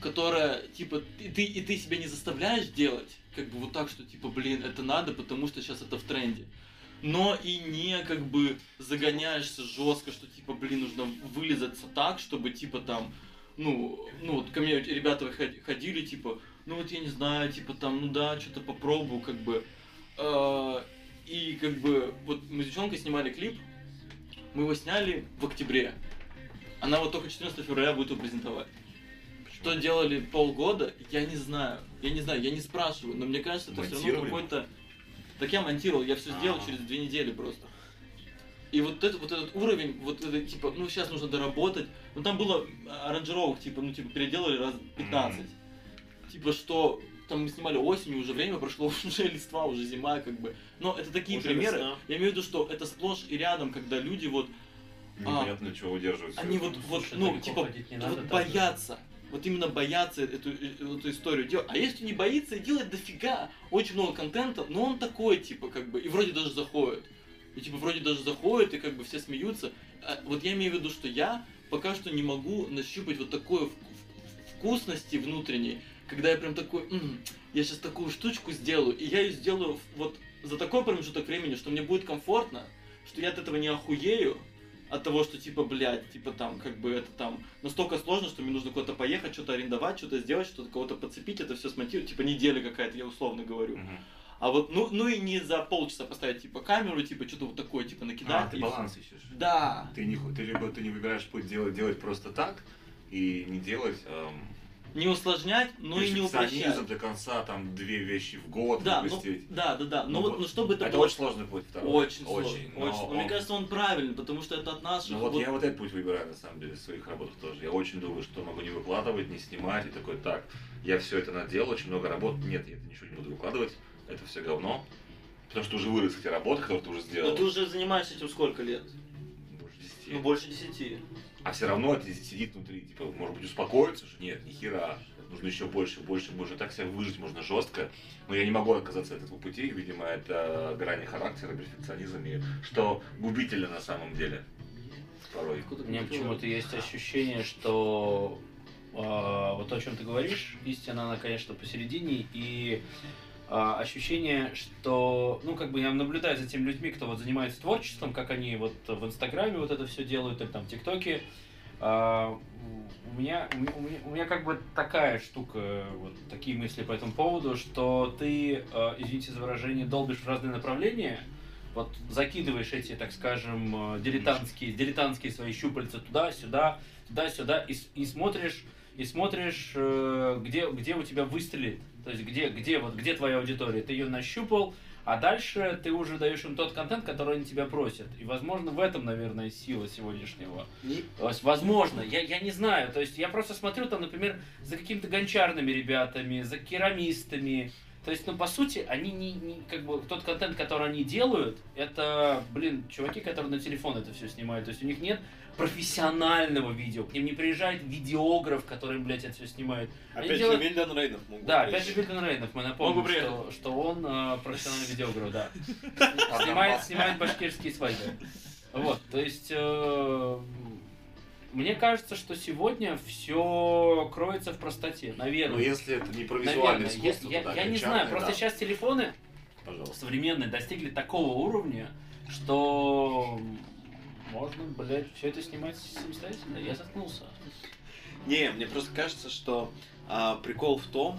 S1: которая, типа, ты, ты- и ты себя не заставляешь делать, как бы вот так, что, типа, блин, это надо, потому что сейчас это в тренде. Но и не, как бы, загоняешься жестко, что, типа, блин, нужно вылезаться так, чтобы, типа, там, ну, ну, вот ко мне ребята выходи- ходили, типа, ну вот я не знаю, типа там, ну да, что-то попробую, как бы. Э, И как бы, вот мы с девчонкой снимали клип, мы его сняли в октябре. Она вот только 14 февраля будет его презентовать. Что делали полгода, я не знаю. Я не знаю, я не спрашиваю, но мне кажется, это все равно
S4: Монтировали?
S1: какой-то... Так я монтировал, я все сделал
S4: А.
S1: через две недели просто. И вот, это, вот этот уровень, вот это типа, ну сейчас нужно доработать. Ну там было аранжировок, типа, ну типа переделали раз 15. Типа что, там мы снимали осенью, уже время прошло, уже листва, уже зима, как бы. Но это такие
S3: Уже
S1: примеры.
S3: весна.
S1: Я имею в виду, что это сплошь и рядом, когда люди вот,
S4: Непонятно, чего удерживаются.
S1: А. они вот, вот,
S6: Слушай,
S1: ну,
S6: далеко
S1: типа,
S6: ходить не
S1: вот
S6: надо даже.
S1: боятся. Вот именно боятся эту, э, эту историю делать. А если не боится, и делает дофига. Очень много контента, но он такой, типа, как бы, и вроде даже заходит. И типа вроде даже заходит, и как бы все смеются. А вот я имею в виду, что я пока что не могу нащупать вот такой вк- в- вкусности внутренней, когда я прям такой, «М, я сейчас такую штучку сделаю, и я ее сделаю в- вот за такой промежуток времени, что мне будет комфортно, что я от этого не охуею, от того, что типа, блядь, типа там, как бы это там настолько сложно, что мне нужно куда-то поехать, что-то арендовать, что-то сделать, что-то кого-то подцепить, это все смонтировать, типа неделя какая-то, я условно говорю.
S4: Мгм.
S1: А вот, ну, ну и не за полчаса поставить, типа, камеру, типа, что-то вот такое, типа, накидать.
S4: А, ты
S1: и-
S4: баланс ищешь.
S1: Да.
S4: Ты, не, ху- ты либо ты не выбираешь путь делать, делать просто так, и не делать, эм,
S1: Не усложнять, но Ну и не
S4: перфекционизм
S1: упрощать.
S4: до конца, там, две вещи в год
S1: Да, ну,
S4: выпустить.
S1: да, да, да.
S4: Ну
S1: Но вот,
S4: вот.
S1: ну чтобы это,
S4: это
S1: было...
S4: очень сложный путь второй.
S1: Очень сложно. Очень.
S4: но
S1: Но
S4: он-
S1: Мне кажется, он правильный, потому что это от наших.
S4: Ну вот, я вот этот путь выбираю, на самом деле, в своих работах тоже. Я очень думаю, что могу не выкладывать, не снимать, и такой, так, я все это наделал, очень много работ, нет, я это ничего не буду выкладывать, это все говно. Потому что уже вырос эти работы, которые ты уже
S1: Но
S4: сделал.
S1: Ну, ты уже занимаешься этим сколько лет?
S4: Больше десяти.
S1: Ну, больше десяти.
S4: А все равно это сидит внутри, типа, может быть, успокоиться, что нет, ни хера, нужно еще больше, больше, больше. Так себя выжить можно жестко. Но я не могу отказаться от этого пути. Видимо, это грани характера, перфекционизм и что губительно на самом деле. Порой.
S1: Откуда
S6: У меня
S1: ты
S6: почему-то есть ощущение, что э, вот то, о чем ты говоришь, истина, она, конечно, посередине, и э, ощущение, что, ну, как бы я наблюдаю за теми людьми, кто вот занимается творчеством, как они вот в Инстаграме вот это все делают, или там в ТикТоке, Э, у меня, у меня- у меня, у меня как бы такая штука, вот такие мысли по этому поводу, что ты, э, извините за выражение, долбишь в разные направления, вот закидываешь эти, так скажем, э, дилетантские, дилетантские свои щупальца туда-сюда, туда-сюда, и, с- и смотришь, и смотришь, э, где, где у тебя выстрелит, то есть где, где, вот, где твоя аудитория, ты ее нащупал, а дальше ты уже даешь им тот контент, который они тебя просят. И, возможно, в этом, наверное, сила сегодняшнего то есть, возможно, я, я не знаю. То есть я просто смотрю там, например, за какими-то гончарными ребятами, за керамистами. То есть, ну, по сути, они не, не- как бы тот контент, который они делают, это, блин, чуваки, которые на телефон это все снимают. То есть у них нет профессионального видео. К ним не приезжает видеограф, который, блядь, это все снимает. Они
S3: Опять же,
S6: делают-
S3: Вильдан Рейнов мог бы
S6: Да,
S3: прийти.
S6: опять же Вильгельм Рейнов, мы напомним,
S1: Мог бы приехал.
S6: что, что он э, профессиональный видеограф, да. Снимает, снимает башкирские свадьбы. Вот, то есть... э, мне кажется, что сегодня все кроется в простоте,
S4: Но
S6: наверное.
S4: если это не про
S6: Наверное,
S4: визуальное
S6: я,
S4: искусство,
S6: я-
S4: то да,
S6: я не
S4: кончатное,
S6: знаю, просто
S4: да.
S6: сейчас телефоны
S4: Пожалуйста.
S6: современные достигли такого уровня, что можно, блядь, все это снимать самостоятельно. Я заткнулся.
S3: Не, мне просто кажется, что а, прикол в том,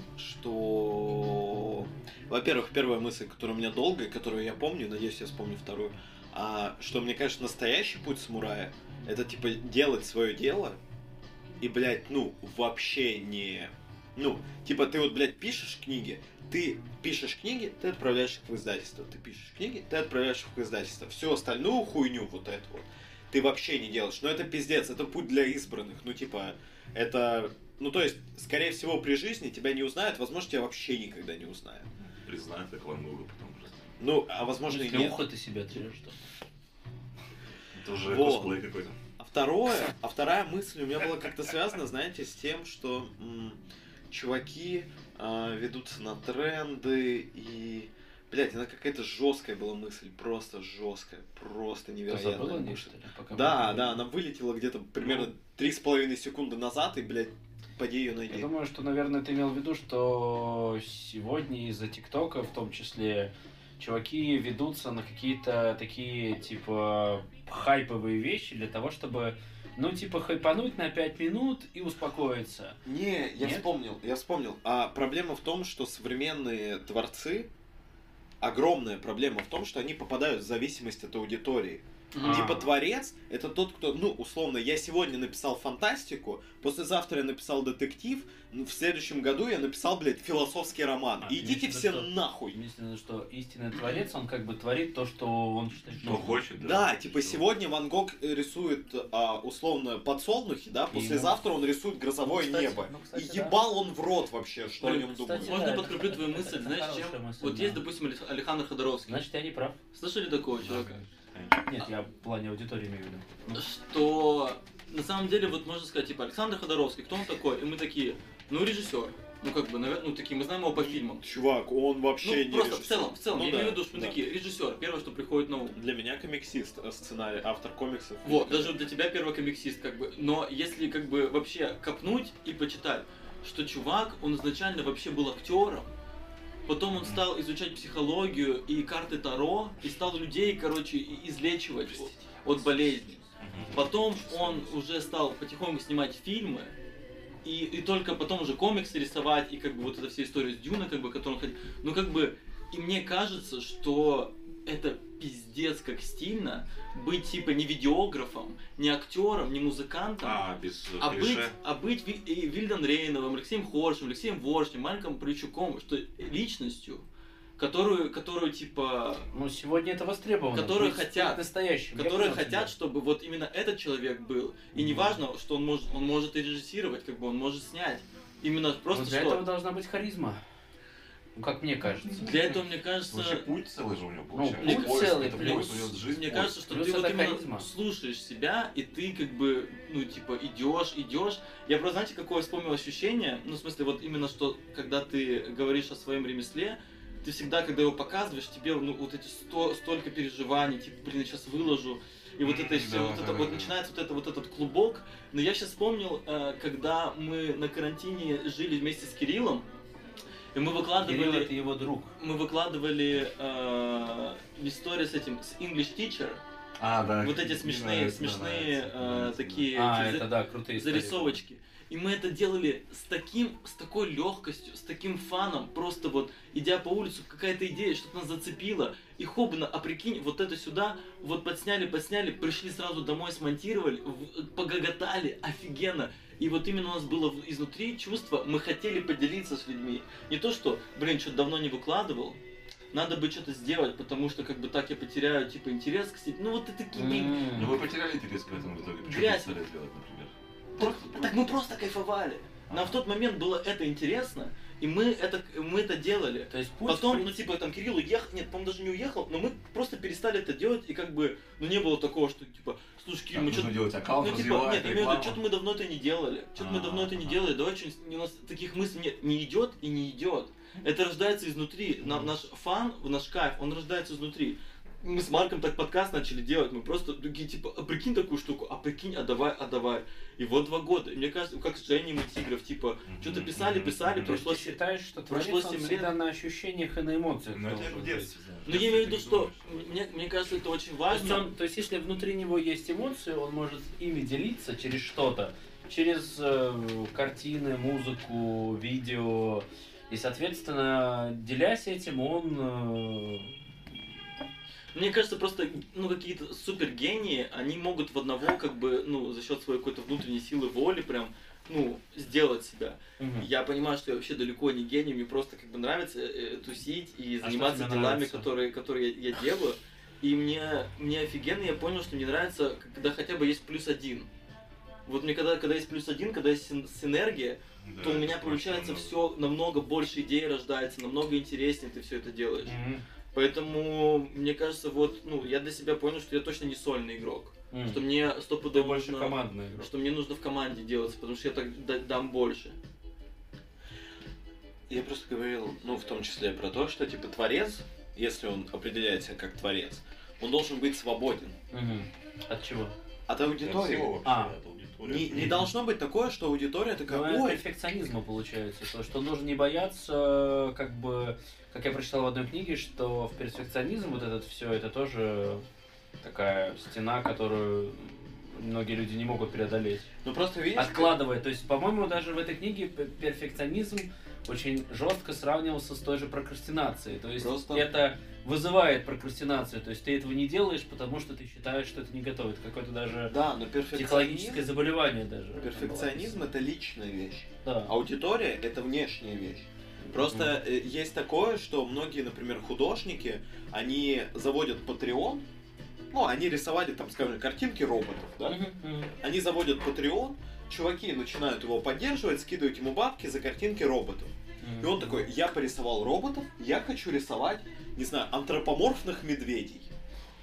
S3: что, во-первых, первая мысль, которая у меня долгая, которую я помню, надеюсь, я вспомню вторую, а, что мне кажется, настоящий путь самурая это типа делать свое дело и, блядь, ну, вообще не... Ну, типа ты вот, блядь, пишешь книги, ты пишешь книги, ты отправляешь их в издательство. Ты пишешь книги, ты отправляешь их в издательство. Всю остальную хуйню вот эту вот ты вообще не делаешь. Но это пиздец, это путь для избранных. Ну, типа, это... Ну, то есть, скорее всего, при жизни тебя не узнают, возможно, тебя вообще никогда не узнают.
S4: Признаю, такого много потом просто.
S3: Ну, а возможно и
S6: Если
S3: нет.
S6: ухо ты себя трешь, что? ли?
S4: Это уже
S3: Вот.
S4: косплей какой-то.
S3: А второе, а вторая мысль у меня была как-то связана, знаете, с тем, что м, чуваки а, ведутся на тренды и... Блять, она какая-то жесткая была мысль, просто жесткая, просто
S6: Ты
S3: невероятная.
S6: забыл о ней,
S3: мысль.
S6: что ли? пока мы
S3: Да,
S6: говорили?
S3: да, она вылетела
S6: Ну.
S3: где-то примерно три с половиной секунды назад, и, блядь, поди ее
S6: Я
S3: найди.
S6: думаю, что, наверное, ты имел в виду, что сегодня из-за ТикТока, в том числе, чуваки ведутся на какие-то такие, типа, хайповые вещи для того, чтобы, ну, типа, хайпануть на 5 минут и успокоиться.
S3: Не, я
S6: Нет?
S3: вспомнил, я вспомнил. А проблема в том, что современные творцы, огромная проблема в том, что они попадают в зависимость от аудитории.
S6: А.
S3: Типа творец это тот, кто, ну, условно, я сегодня написал фантастику, послезавтра я написал детектив, ну, в следующем году я написал, блядь, философский роман.
S6: А,
S3: И
S6: имеется
S3: Идите
S6: в
S3: все
S6: виду, что-
S3: нахуй.
S6: Единственное, что истинный творец, он как бы творит то, что он считает
S3: Ну,
S4: Что
S1: Ну,
S6: нужным.
S4: хочет,
S3: Да, типа сегодня Ван Гог э, рисует а, условно подсолнухи, да, послезавтра он рисует грозовое
S6: Кстати,
S3: небо.
S6: ну, кстати,
S3: и
S6: да.
S3: ебал он в рот вообще, что
S1: Блин,
S3: о нем
S6: кстати, ну,
S3: думают.
S1: А. Можно я
S6: это-
S1: подкреплю
S6: это-
S1: твою
S6: это
S1: мысль? Знаешь,
S6: хорошая
S1: чем?
S6: мысль,
S1: Вот
S6: да.
S1: есть, допустим, Алех- Александр Ходоровский.
S6: Значит, я не прав.
S1: Слышали такого человека?
S6: Нет, я в плане аудитории имею в виду. Ну,
S1: что на самом деле вот можно сказать, типа, Александр Ходоровский, кто он такой? И мы такие, ну режиссер. Ну как бы, наверное, ну такие, мы знаем его по фильмам.
S3: Чувак, он вообще
S1: Ну
S3: не
S1: просто в
S3: режиссер.
S1: целом, в целом,
S3: Ну
S1: я
S3: да,
S1: имею в виду, что мы
S3: да.
S1: такие, режиссер, первое, что приходит на ум.
S3: Для меня комиксист, э, сценарий, автор комиксов.
S1: Вот, даже для тебя первый комиксист, как бы. Но если как бы вообще копнуть и почитать, что чувак, он изначально вообще был актером, потом он стал изучать психологию и карты Таро, и стал людей, короче, и- излечивать от болезней. Потом он уже стал потихоньку снимать фильмы, и, и только потом уже комиксы рисовать, и как бы вот эта вся история с Дюна, как бы, которую он хотел. Ну, как бы, и мне кажется, что это пиздец как стильно быть типа не видеографом, не актером, не музыкантом,
S4: А, без э,
S1: а быть,
S4: клише.
S1: а быть Ви- и Вильдон Рейновым, Алексеем Хоршем, Алексеем Воршем, Мальком Причуком, что личностью, которую, которую типа
S6: Ну, сегодня это востребовано.
S1: Которые
S6: Быть-
S1: хотят.
S6: быть настоящим. Я
S1: которые
S6: понял тебя.
S1: хотят, чтобы вот именно этот человек был. И не важно, что он может, он может и режиссировать, как бы он может снять. Именно
S6: Вот
S1: просто
S6: для
S1: что.
S6: этого должна быть харизма. Ну, как мне кажется.
S1: Для этого, мне кажется,
S4: Вообще путь целый же у него
S6: Ну,
S4: получается.
S6: путь
S4: Поиск,
S6: целый,
S4: это
S6: плюс-
S4: поиск, у него жизнь,
S1: Мне
S4: поиск.
S1: кажется, что
S6: Плюс
S1: ты вот
S6: это
S1: именно
S6: харизма.
S1: слушаешь себя, и ты как бы, ну, типа, идешь, идешь. Я просто, знаете, какое вспомнил ощущение? Ну, в смысле, вот именно что, когда ты говоришь о своем ремесле, ты всегда, когда его показываешь, тебе ну, вот эти сто, столько переживаний, типа, блин, я сейчас выложу. И вот это
S4: М,
S1: все,
S4: да,
S1: вот
S4: да,
S1: это
S4: да,
S1: вот
S4: да.
S1: начинается вот это вот этот клубок. Но я сейчас вспомнил, э, когда мы на карантине жили вместе с Кириллом, и мы
S6: Кирилл
S1: выкладывали
S6: это его друг.
S1: мы выкладывали э, историю с этим, с English Teacher.
S4: А, да.
S1: вот эти
S4: мне
S1: смешные,
S4: нравится,
S1: смешные
S4: нравится,
S1: э,
S4: нравится,
S1: такие
S6: А,
S1: эти
S6: это да, крутые
S1: за-
S6: истории.
S1: зарисовочки. И мы это делали с таким, с такой легкостью, с таким фаном, просто вот идя по улицу, какая-то идея, что-то нас зацепило, и хобна, а прикинь, вот это сюда, вот подсняли, подсняли, пришли сразу домой, смонтировали, в- погоготали, офигенно. И вот именно у нас было в- изнутри чувство, мы хотели поделиться с людьми. Не то, что, блин, что-то давно не выкладывал, надо бы что-то сделать, потому что как бы так я потеряю, типа, интерес к себе. Ну вот и такие
S4: да.
S6: М.
S4: Ну вы потеряли интерес к этому в итоге. Почему
S1: Грязь.
S4: перестали это делать, например? А.
S1: Так, так мы просто кайфовали. Нам в тот момент было это интересно, и мы это, мы это делали.
S6: То есть путь,
S1: Потом,
S6: в
S1: ну
S6: принципе,
S1: типа там Кирилл уехал, нет, по-моему, даже не уехал, но мы просто перестали это делать, и как бы, ну не было такого, что типа, слушай, Кирилл,
S4: Так,
S1: мы
S4: нужно
S1: что-то...
S4: делать
S1: Ну
S4: аккаунт,
S1: типа,
S4: развивать
S1: нет, я имею в виду,
S4: рекламу.
S1: что-то мы давно это не делали, что-то мы давно это не
S4: А,
S1: делали, давай что-нибудь, у нас таких мыслей нет, не идет и не идет. Это рождается изнутри, нам наш фан, наш кайф, он рождается изнутри. Мы с Марком так подкаст начали делать, мы просто такие, типа, а прикинь такую штуку, а прикинь, а давай, а давай. И вот два года. И мне кажется, как с Женей Мутигров, типа,
S4: Мгм, Ну,
S1: что-то писали,
S4: мгм,
S1: писали,
S4: мгм.
S6: ты
S1: прошло семь-
S6: считаешь, что
S1: прошло
S6: творец он
S1: семь лет.
S6: всегда на ощущениях и на эмоциях
S4: Ну это
S6: должен
S4: в
S6: быть.
S4: детстве, да.
S1: Но я имею в виду, что мне, мне кажется, это очень
S6: То есть,
S1: важно.
S6: он- то есть если внутри него есть эмоции, он может ими делиться через что-то. Через э, картины, музыку, видео. И, соответственно, делясь этим, он... э,
S1: Мне кажется, просто ну какие-то супергении, они могут в одного как бы ну за счет своей какой-то внутренней силы воли прям ну сделать себя.
S6: э, мгм.
S1: Я понимаю, что я вообще далеко не гений, мне просто как бы нравится э, э, тусить и
S6: А
S1: заниматься
S6: что тебе
S1: делами,
S6: нравится?
S1: которые которые я, я делаю. И мне мне офигенно, я понял, что мне нравится, когда хотя бы есть плюс один. Вот мне когда когда есть плюс один, когда есть син- синергия,
S4: Да,
S1: то у
S4: это
S1: меня
S4: очень
S1: получается
S4: много.
S1: все намного больше идей рождается, намного интереснее ты все это делаешь.
S6: Мгм.
S1: Поэтому, мне кажется, вот, ну, я для себя понял, что я точно не сольный игрок.
S6: М.
S1: Что мне
S6: Ты
S1: стопудово
S6: больше
S1: нужно-
S6: командный игрок.
S1: Что мне нужно в команде делать, потому что я так да- дам больше.
S3: Я просто говорил, ну, в том числе про то, что, типа, творец, если он определяет себя как творец, он должен быть свободен
S6: Мгм. От чего?
S3: от
S4: От всего
S3: аудитории.
S4: вообще,
S6: А.
S4: от аудитории.
S3: Не, не должно быть такое, что аудитория такая,
S6: Ну, это
S3: ой,
S6: перфекционизма получается, то, что нужно не бояться, как бы, как я прочитал в одной книге, что в перфекционизм вот этот все, это тоже такая стена, которую многие люди не могут преодолеть.
S3: ну просто видишь,
S6: Откладывая, то есть, по-моему, даже в этой книге п- перфекционизм очень жестко сравнивался с той же прокрастинацией. То есть
S3: Просто-
S6: это вызывает прокрастинацию. То есть ты этого не делаешь, потому что ты считаешь, что это не готово. Это какое-то даже
S3: да, но перфекционизм,
S6: психологическое заболевание даже.
S3: перфекционизм это личная вещь.
S6: Да.
S3: Аудитория это внешняя вещь. Просто э, есть такое, что многие, например, художники, они заводят Patreon, ну, они рисовали там, скажем, картинки роботов, да?
S6: Мгм, мгм.
S3: Они заводят Patreon, чуваки начинают его поддерживать, скидывают ему бабки за картинки роботов. И он такой, я порисовал роботов, я хочу рисовать, не знаю, антропоморфных медведей.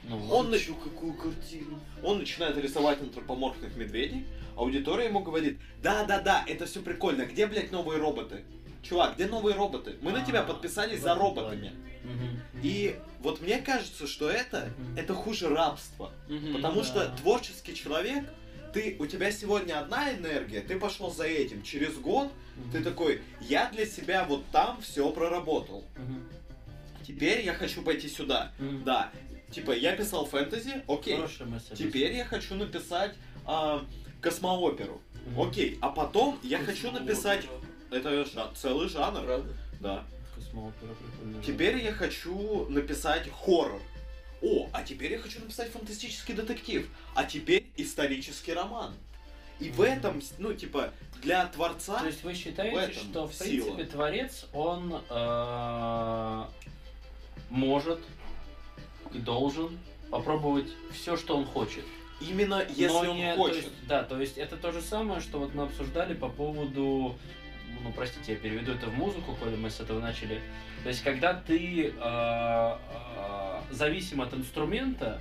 S6: Ну,
S3: Он, нач-
S1: какую картину.
S3: он начинает рисовать антропоморфных медведей, аудитория ему говорит, да-да-да, это все прикольно, где, блядь, новые роботы? Чувак, где новые роботы? Мы на тебя
S6: А,
S3: подписались
S6: в
S3: за
S6: этом
S3: роботами.
S6: мгм.
S3: И вот мне кажется, что это, это хуже рабства. Потому что
S6: Ну да.
S3: творческий человек, ты, у тебя сегодня одна энергия, ты пошел за этим. Через год
S6: Мгм.
S3: ты такой, я для себя вот там все проработал.
S6: Мгм.
S3: Теперь я хочу пойти сюда.
S6: Мгм.
S3: Да, типа я писал фэнтези, окей.
S6: Хорошая мысль.
S3: Теперь я хочу написать а, космооперу.
S6: Мгм.
S3: Окей, а потом я хочу написать... Это жа- целый жанр,
S1: Правда?
S3: да.
S6: Космоопера прикольная.
S3: Теперь я хочу написать хоррор. О, а теперь я хочу написать фантастический детектив. А теперь исторический роман. И в этом, ну, типа, для творца...
S6: То есть вы
S3: в
S6: считаете,
S3: этом
S6: что в
S3: сила.
S6: принципе творец он э, может и должен попробовать все, что он хочет.
S3: Именно если
S6: Но
S3: он
S6: не- то
S3: хочет.
S6: есть- да, то есть это то же самое, что вот мы обсуждали по поводу ну простите, я переведу это в музыку, коли мы с этого начали. То есть, когда ты э, э, зависим от инструмента,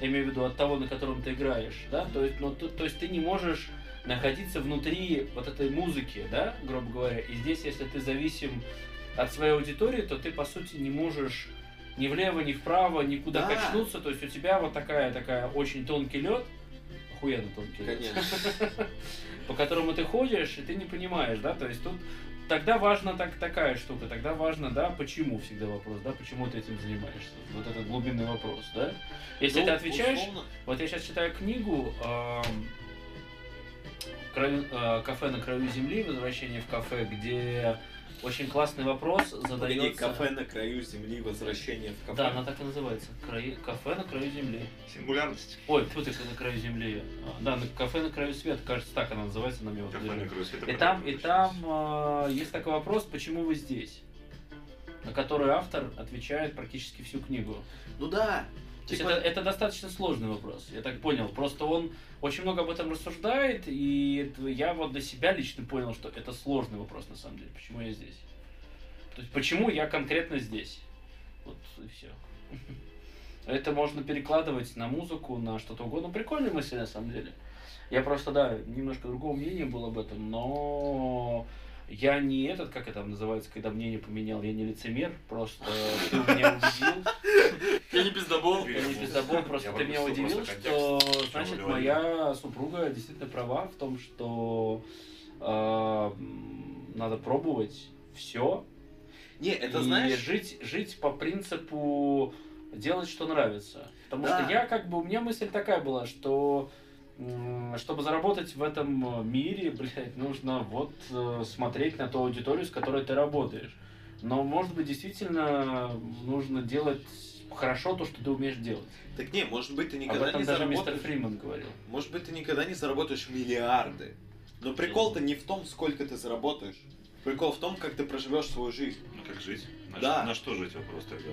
S6: я имею в виду от того, на котором ты играешь, да, то есть, ну, то, то есть ты не можешь находиться внутри вот этой музыки, да, грубо говоря. И здесь, если ты зависим от своей аудитории, то ты, по сути, не можешь ни влево, ни вправо, никуда
S3: Да.
S6: качнуться. То есть у тебя вот такая, такая очень тонкий лед, охуенно тонкий лед,
S3: Конечно.
S6: по которому ты ходишь, и ты не понимаешь, да, то есть тут тогда важна так, такая штука, тогда важно, да, почему всегда вопрос, да, почему ты этим занимаешься, вот этот глубинный вопрос, да. Если
S1: Ну,
S6: ты отвечаешь,
S1: условно,
S6: вот я сейчас читаю книгу эм, «Краю- э, «Кафе на краю земли», «Возвращение в кафе», где очень классный вопрос задается...
S3: Погоди, кафе на краю земли, возвращение в кафе.
S6: Да, она так и называется. Краю- Кафе на краю земли.
S4: Сингулярность.
S6: Ой, тьфу ты, на краю земли. А, Да, на- кафе на краю света, кажется, так она называется, на мне вот
S4: Как
S6: лежит.
S4: на игру света
S6: И там, и
S4: проигрываешь.
S6: там а, есть такой вопрос, почему вы здесь? На который автор отвечает практически всю книгу.
S3: Ну да.
S6: То есть
S3: Типа-
S6: это, это достаточно сложный вопрос, я так понял. Просто он очень много об этом рассуждает, и т- я вот для себя лично понял, что это сложный вопрос на самом деле. Почему я здесь? То есть почему я конкретно здесь? Вот и все. Это можно перекладывать на музыку, на что-то угодно. Ну, Прикольная мысль на самом деле. Я просто, да, немножко другого мнения был об этом, но я не этот, как это там называется, когда мнение поменял, я не лицемер, просто ты меня убедил.
S1: Я не пиздобол.
S4: Я
S6: Я не
S4: вот-
S6: пиздобол, просто
S4: я
S6: ты меня
S4: пропустил
S6: удивил,
S4: просто
S6: что
S4: контекст, чего
S6: значит
S4: вы
S6: моя супруга действительно права в том, что э, м, надо пробовать все.
S3: Не, это знаешь...
S6: жить, жить по принципу делать, что нравится. Потому
S3: Да.
S6: что я как бы, у меня мысль такая была, что м, чтобы заработать в этом мире, блядь, нужно вот э, смотреть на ту аудиторию, с которой ты работаешь. Но, может быть, действительно нужно делать хорошо то, что ты умеешь делать.
S3: Так не, может быть, ты
S6: Об
S3: никогда
S6: этом
S3: не
S6: даже мистер
S3: заработаешь...
S6: Фриман говорил.
S3: Может быть, ты никогда не заработаешь миллиарды. Но прикол-то не в том, сколько ты заработаешь. Прикол в том, как ты проживешь свою жизнь.
S4: Ну как жить? На,
S3: Да.
S4: что- на что жить вопрос тогда?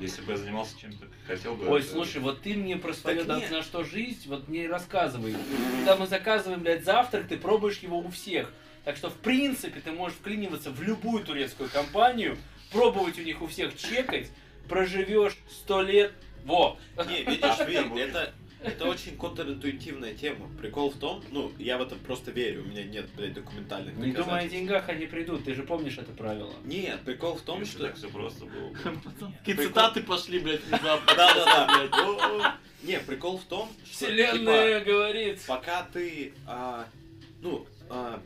S4: Если бы я занимался чем-то, как хотел бы...
S6: Ой,
S4: это-
S6: слушай, вот ты мне про свою
S3: Так нет.
S6: на что жизнь, вот мне и рассказывай. Когда мы заказываем, блядь, завтрак, ты пробуешь его у всех. Так что, в принципе, ты можешь вклиниваться в любую турецкую компанию, пробовать у них у всех чекать, проживешь сто лет. Во!
S3: Не, видишь, Вин, это, это очень контринтуитивная тема. Прикол в том, ну, я в это просто верю, у меня нет, блядь, документальных
S6: Не думай о
S3: доказательств.
S6: деньгах, они придут, ты же помнишь это правило.
S3: Нет, прикол в том,
S4: Если
S3: что...
S4: так все просто было бы.
S1: Какие цитаты пошли, блядь, внезапно.
S3: Да-да-да. О, ну, Не, прикол в том, что... типа,
S6: Вселенная говорит.
S3: пока ты, а, ну, а,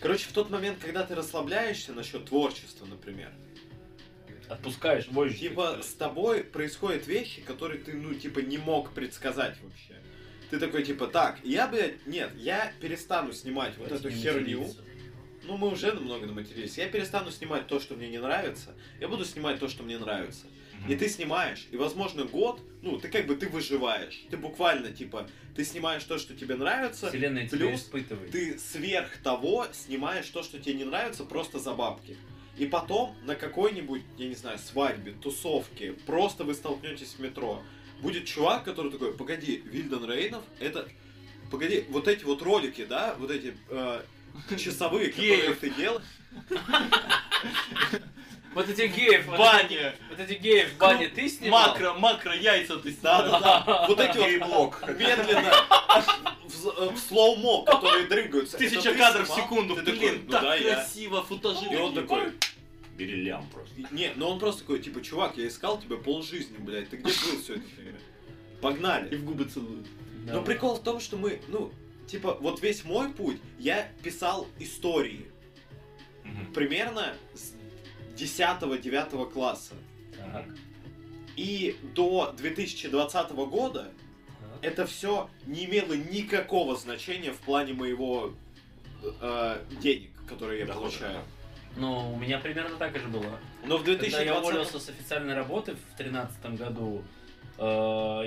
S3: короче, в тот момент, когда ты расслабляешься насчет творчества, например,
S6: Отпускаешь, вожжи.
S3: типа с тобой происходят вещи, которые ты, ну, типа не мог предсказать вообще. Ты такой, типа, так, я, блядь, нет, я перестану снимать вот эту херню. Ну, мы уже много наматерились. Я перестану снимать то, что мне не нравится. Я буду снимать то, что мне нравится. И ты снимаешь, и, возможно, год, ну, ты как бы, ты выживаешь. Ты буквально, типа, ты снимаешь то, что тебе нравится,
S6: Вселенная тебя
S3: Плюс
S6: испытывает.
S3: ты сверх того снимаешь то, что тебе не нравится, просто за бабки. И потом на какой-нибудь, я не знаю, свадьбе, тусовке, просто вы столкнетесь в метро. Будет чувак, который такой, погоди, Вильден Рейнов, это... Погоди, вот эти вот ролики, да, вот эти э, часовые, которые
S1: Геев.
S3: ты делал,
S6: Вот эти геев, вот
S1: Баня.
S6: эти- вот эти геев в бане ты снимал?
S1: Макро, макро, яйца ты снял.
S3: да-да-да, вот эти вот
S4: Гей-блок.
S3: медленно, в, э, в слоумо, которые дрыгаются. Это
S1: Тысяча
S3: ты
S1: кадров в
S3: снимал?
S1: секунду.
S3: Ты такой,
S1: Блин,
S3: ну да,
S1: так
S3: я.
S1: красиво, футажи.
S3: И он
S1: такие.
S3: такой,
S4: Бери лям просто.
S3: Не, ну он просто такой, типа, чувак, я искал тебя полжизни, блядь, ты где был все это время?
S1: И
S3: Погнали.
S1: в губы целуют.
S3: Но прикол в том, что мы, ну, типа, вот весь мой путь, я писал истории
S4: Мгм.
S3: примерно с 10-9 класса.
S6: Так.
S3: И до 2020 года это все не имело никакого значения в плане моего э, денег, которые я
S4: Дохода,
S3: получаю.
S6: Ну, у меня примерно так и же было.
S3: Но в
S6: Когда я
S3: 2020...
S6: уволился с официальной работы в тринадцатом году э,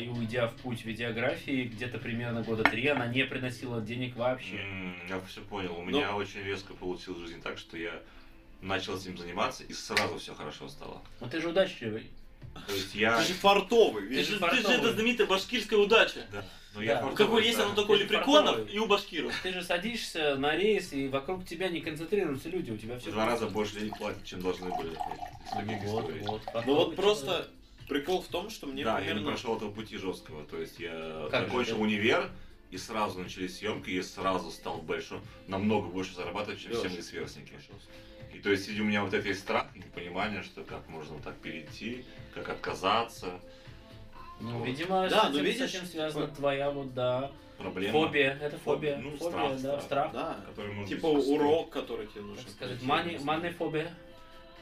S6: и уйдя в путь видеографии, где-то примерно года три она не приносила денег вообще.
S4: М, Я все понял. У меня очень резко получилась жизнь так, что я начал этим заниматься, и сразу все хорошо стало.
S6: Но ты Ну, же удачливый.
S4: То есть я...
S3: Ты же фартовый,
S1: Ты
S3: видишь?
S1: же, ты же это знаменитая башкирская удача.
S4: Да. Ну,
S6: Да.
S4: просто-
S1: Какой есть
S4: да.
S1: оно только у
S6: Ты же
S1: лепреконов
S6: фартовый.
S1: и у башкиров.
S6: Ты же садишься на рейс, и вокруг тебя не концентрируются люди, у тебя
S4: В
S6: все...
S4: два раза больше денег платят, чем должны были. Из таких историй.
S3: Ну вот просто прикол в том, что мне
S4: да, я не
S3: примерно...
S4: прошел этого пути жесткого. То есть я
S6: Как же
S4: закончил
S6: это?
S4: универ, и сразу начались съемки, и сразу стал больше, намного больше зарабатывать, чем все
S3: Лёш.
S4: мои сверстники. И то есть, видимо, у меня вот это есть страх, и непонимание, что как можно вот так перейти, как отказаться,
S6: Ну, видимо,
S3: Да,
S6: с,
S3: ну
S6: этим,
S3: видишь,
S6: с этим связана твоя вот, да,
S4: проблема,
S6: фобия, это фобия,
S4: Ну,
S6: фобия,
S4: страх,
S6: да,
S4: страх.
S6: страх.
S3: Да,
S4: которую можно
S3: типа
S4: использовать.
S3: урок, который тебе нужно.
S6: Как сказать,
S4: Я не
S6: мани-
S4: знаю.
S6: манифобия.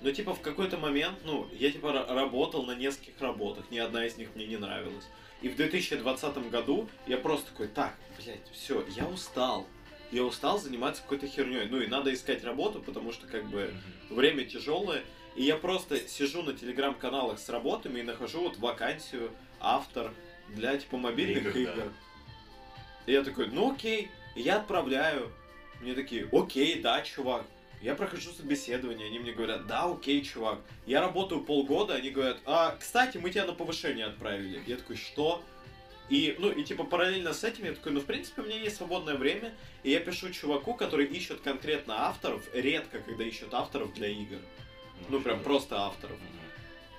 S3: Ну, типа, в какой-то момент, ну, я, типа, ра- работал на нескольких работах, ни одна из них мне не нравилась. И в 2020 году я просто такой, так, блядь, все, я устал. Я устал заниматься какой-то херней. Ну, и надо искать работу, потому что, как бы,
S4: Мгм.
S6: Ну,
S3: время тяжелое. И я просто сижу на телеграм-каналах с работами и нахожу вот вакансию автор для, типа, мобильных
S4: Игр,
S3: игр. И я такой, ну окей, И я отправляю. Мне такие, окей, да, чувак. Я прохожу собеседование, они мне говорят, да, окей, чувак. Я работаю полгода, они говорят, а, кстати, мы тебя на повышение отправили. Я такой, что? И, ну, и типа параллельно с этим я такой, ну, в принципе, у меня есть свободное время, и я пишу чуваку, который ищет конкретно авторов, редко, когда ищут авторов для игр. Ну, прям просто авторов.
S4: Мгм.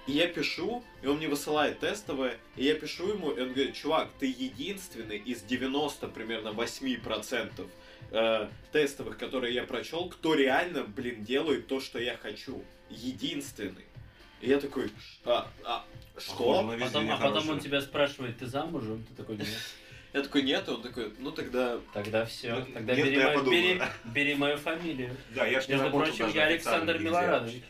S3: И я пишу, и он мне высылает тестовое, и я пишу ему, и он говорит, чувак, ты единственный из 90, примерно 8% э, тестовых, которые я прочел, кто реально, блин, делает то, что я хочу. Единственный. И я такой, а, а,
S4: Похоже на
S3: что?
S4: везде
S6: Потом, а потом
S4: нехорошее.
S6: он тебя спрашивает, ты замужем? Ты такой, нет.
S3: Я такой, нет, и он такой, ну тогда...
S6: Тогда все.
S4: Ну,
S6: Тогда
S4: нет,
S6: бери,
S4: я
S6: мою,
S4: подумаю.
S6: бери, бери мою фамилию.
S4: Да, я ж не
S6: Между
S4: работал
S6: прочим,
S4: даже
S6: я Александр
S4: официально нигде.
S6: Милорадович.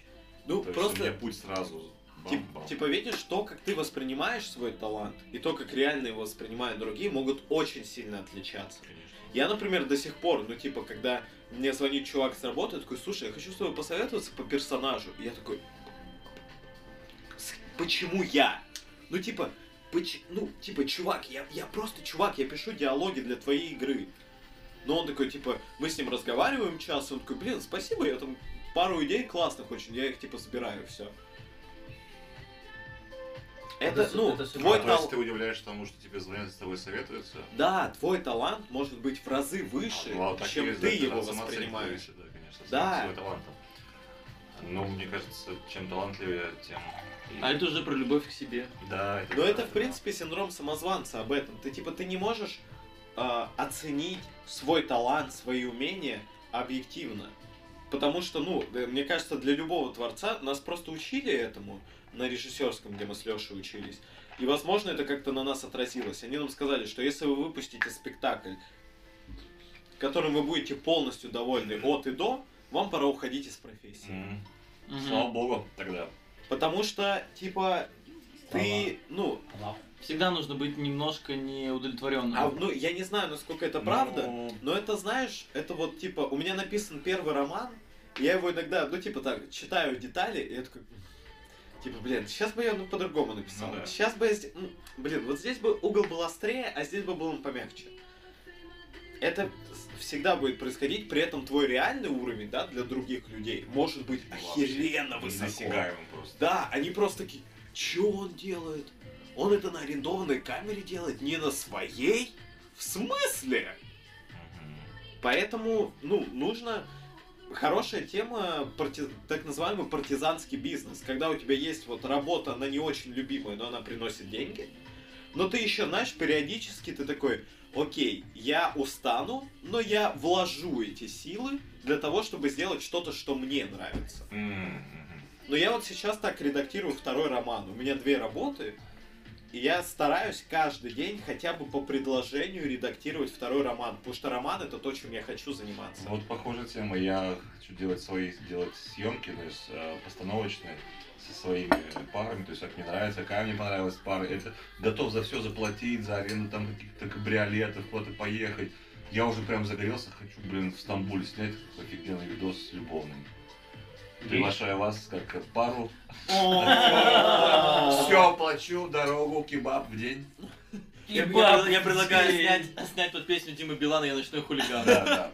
S3: Ну,
S4: То есть
S3: просто...
S4: у меня путь сразу. бам,
S3: Тип-
S4: бам.
S3: типа видишь, то, как ты воспринимаешь свой талант, и то, как реально его воспринимают другие, могут очень сильно отличаться.
S4: Конечно.
S3: Я, например, до сих пор, ну, типа, когда мне звонит чувак с работы, я такой, слушай, я хочу с тобой посоветоваться по персонажу. И я такой, «С- почему я? Ну, типа, поч- ну, типа, чувак, я, я просто чувак, я пишу диалоги для твоей игры. Но он такой, типа, мы с ним разговариваем час, он такой, блин, спасибо, я там пару идей классных очень, я их, типа, собираю, все. Это,
S6: Это с-
S3: ну,
S6: это с ума
S3: твой
S4: А, то есть
S3: талант...
S4: ты удивляешься тому, что тебе звонят, с тобой советуются?
S3: Да, твой талант может быть в разы выше,
S4: А, ну, а так
S3: чем
S4: есть,
S3: ты
S4: да,
S3: его
S4: самооценка
S3: воспринимаешь.
S4: выше, да, конечно, с
S3: Да.
S4: своим талантом. Ну, мне кажется, чем талантливее, тем... и-
S1: А это уже про любовь к себе.
S4: Да, это
S3: Но
S4: да,
S3: это, в принципе, синдром самозванца об этом. Ты, типа, ты не можешь э, оценить свой талант, свои умения объективно. Потому что, ну, э, мне кажется, для любого творца нас просто учили этому на режиссерском, где мы с Лешей учились. И, возможно, это как-то на нас отразилось. Они нам сказали, что если вы выпустите спектакль, которым вы будете полностью довольны от и до, вам пора уходить из профессии.
S4: М. Слава богу, тогда.
S3: Потому что, типа, ты, ну,
S1: Всегда нужно быть немножко неудовлетворенным.
S3: а, ну, я не знаю, насколько это правда,
S4: Ну,
S3: но это, знаешь, это вот, типа, у меня написан первый роман, я его иногда, ну, типа, так, читаю детали, и я такой, «М, типа, блин, сейчас бы я ну, по-другому написал,
S4: Ну да.
S3: сейчас бы я, сде- м, блин, вот здесь бы угол был острее, а здесь бы был он помягче. Это с- всегда будет происходить, при этом твой реальный уровень, да, для других людей может быть
S4: Ну, вообще
S3: охеренно высоко.
S4: недосягаемым просто.
S3: Да, они просто такие, что он делает? Он это на арендованной камере делает, не на своей? В смысле?
S4: Мгм.
S3: Поэтому, ну, нужно хорошая тема, парти- так называемый партизанский бизнес, когда у тебя есть вот работа, она не очень любимая, но она приносит деньги, но ты еще, знаешь, периодически ты такой, окей, я устану, но я вложу эти силы для того, чтобы сделать что-то, что мне нравится.
S4: М-м-м. М, мгм.
S3: Но я вот сейчас так редактирую второй роман. У меня две работы, и я стараюсь каждый день хотя бы по предложению редактировать второй роман, потому что роман это то, чем я хочу заниматься.
S4: Вот похожая тема. Я хочу делать свои делать съемки, то есть э, постановочные со своими парами, то есть как мне нравится, какая мне понравилась пара. Это готов за все заплатить, за аренду там каких-то кабриолетов, куда-то поехать. Я уже прям загорелся, хочу, блин, в Стамбуле снять офигенный видос с любовным. Приглашаю вас как пару. Все, плачу, дорогу, кебаб в день.
S1: Я, я-
S6: И баб
S1: я предлагаю
S6: здесь.
S1: снять, снять под песню Димы Билана «Я ночной хулиган».
S4: Да, да.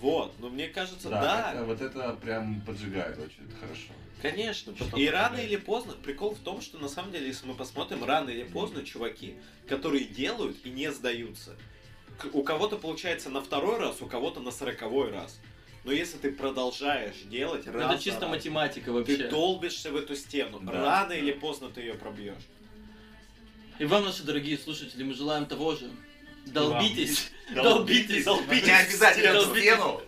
S3: Вот, но мне кажется, да,
S4: это- вот это прям поджигает очень это хорошо.
S3: Конечно,
S4: Что
S3: и
S4: такое,
S3: рано
S4: да?
S3: или поздно, прикол в том, что на самом деле, если мы посмотрим, рано или поздно чуваки, которые делают и не сдаются, к- у кого-то получается на второй раз, у кого-то на сороковой раз. Но если ты продолжаешь делать, раз
S1: Ну, Это
S3: за
S1: чисто
S3: разом,
S1: математика
S3: ты
S1: вообще.
S3: долбишься в эту стену,
S4: Да,
S3: рано
S4: да.
S3: или поздно ты ее пробьешь.
S1: И вам, наши дорогие слушатели, мы желаем того же. Долбитесь, долбитесь,
S4: Долбитесь, долбитесь.
S1: долбитесь.
S7: Не обязательно в
S1: Долбитесь.
S7: стену.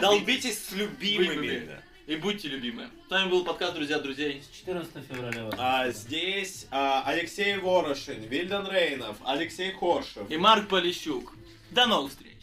S3: Долбитесь с
S1: Выбили.
S3: любимыми.
S4: Да.
S1: и будьте любимы. С вами был подкаст «Друзья друзей».
S6: 14 февраля. вас.
S3: А, здесь а, Алексей Ворошин, Вильдан Рейнов, Алексей Хоршев.
S1: И Марк Полищук. До новых встреч.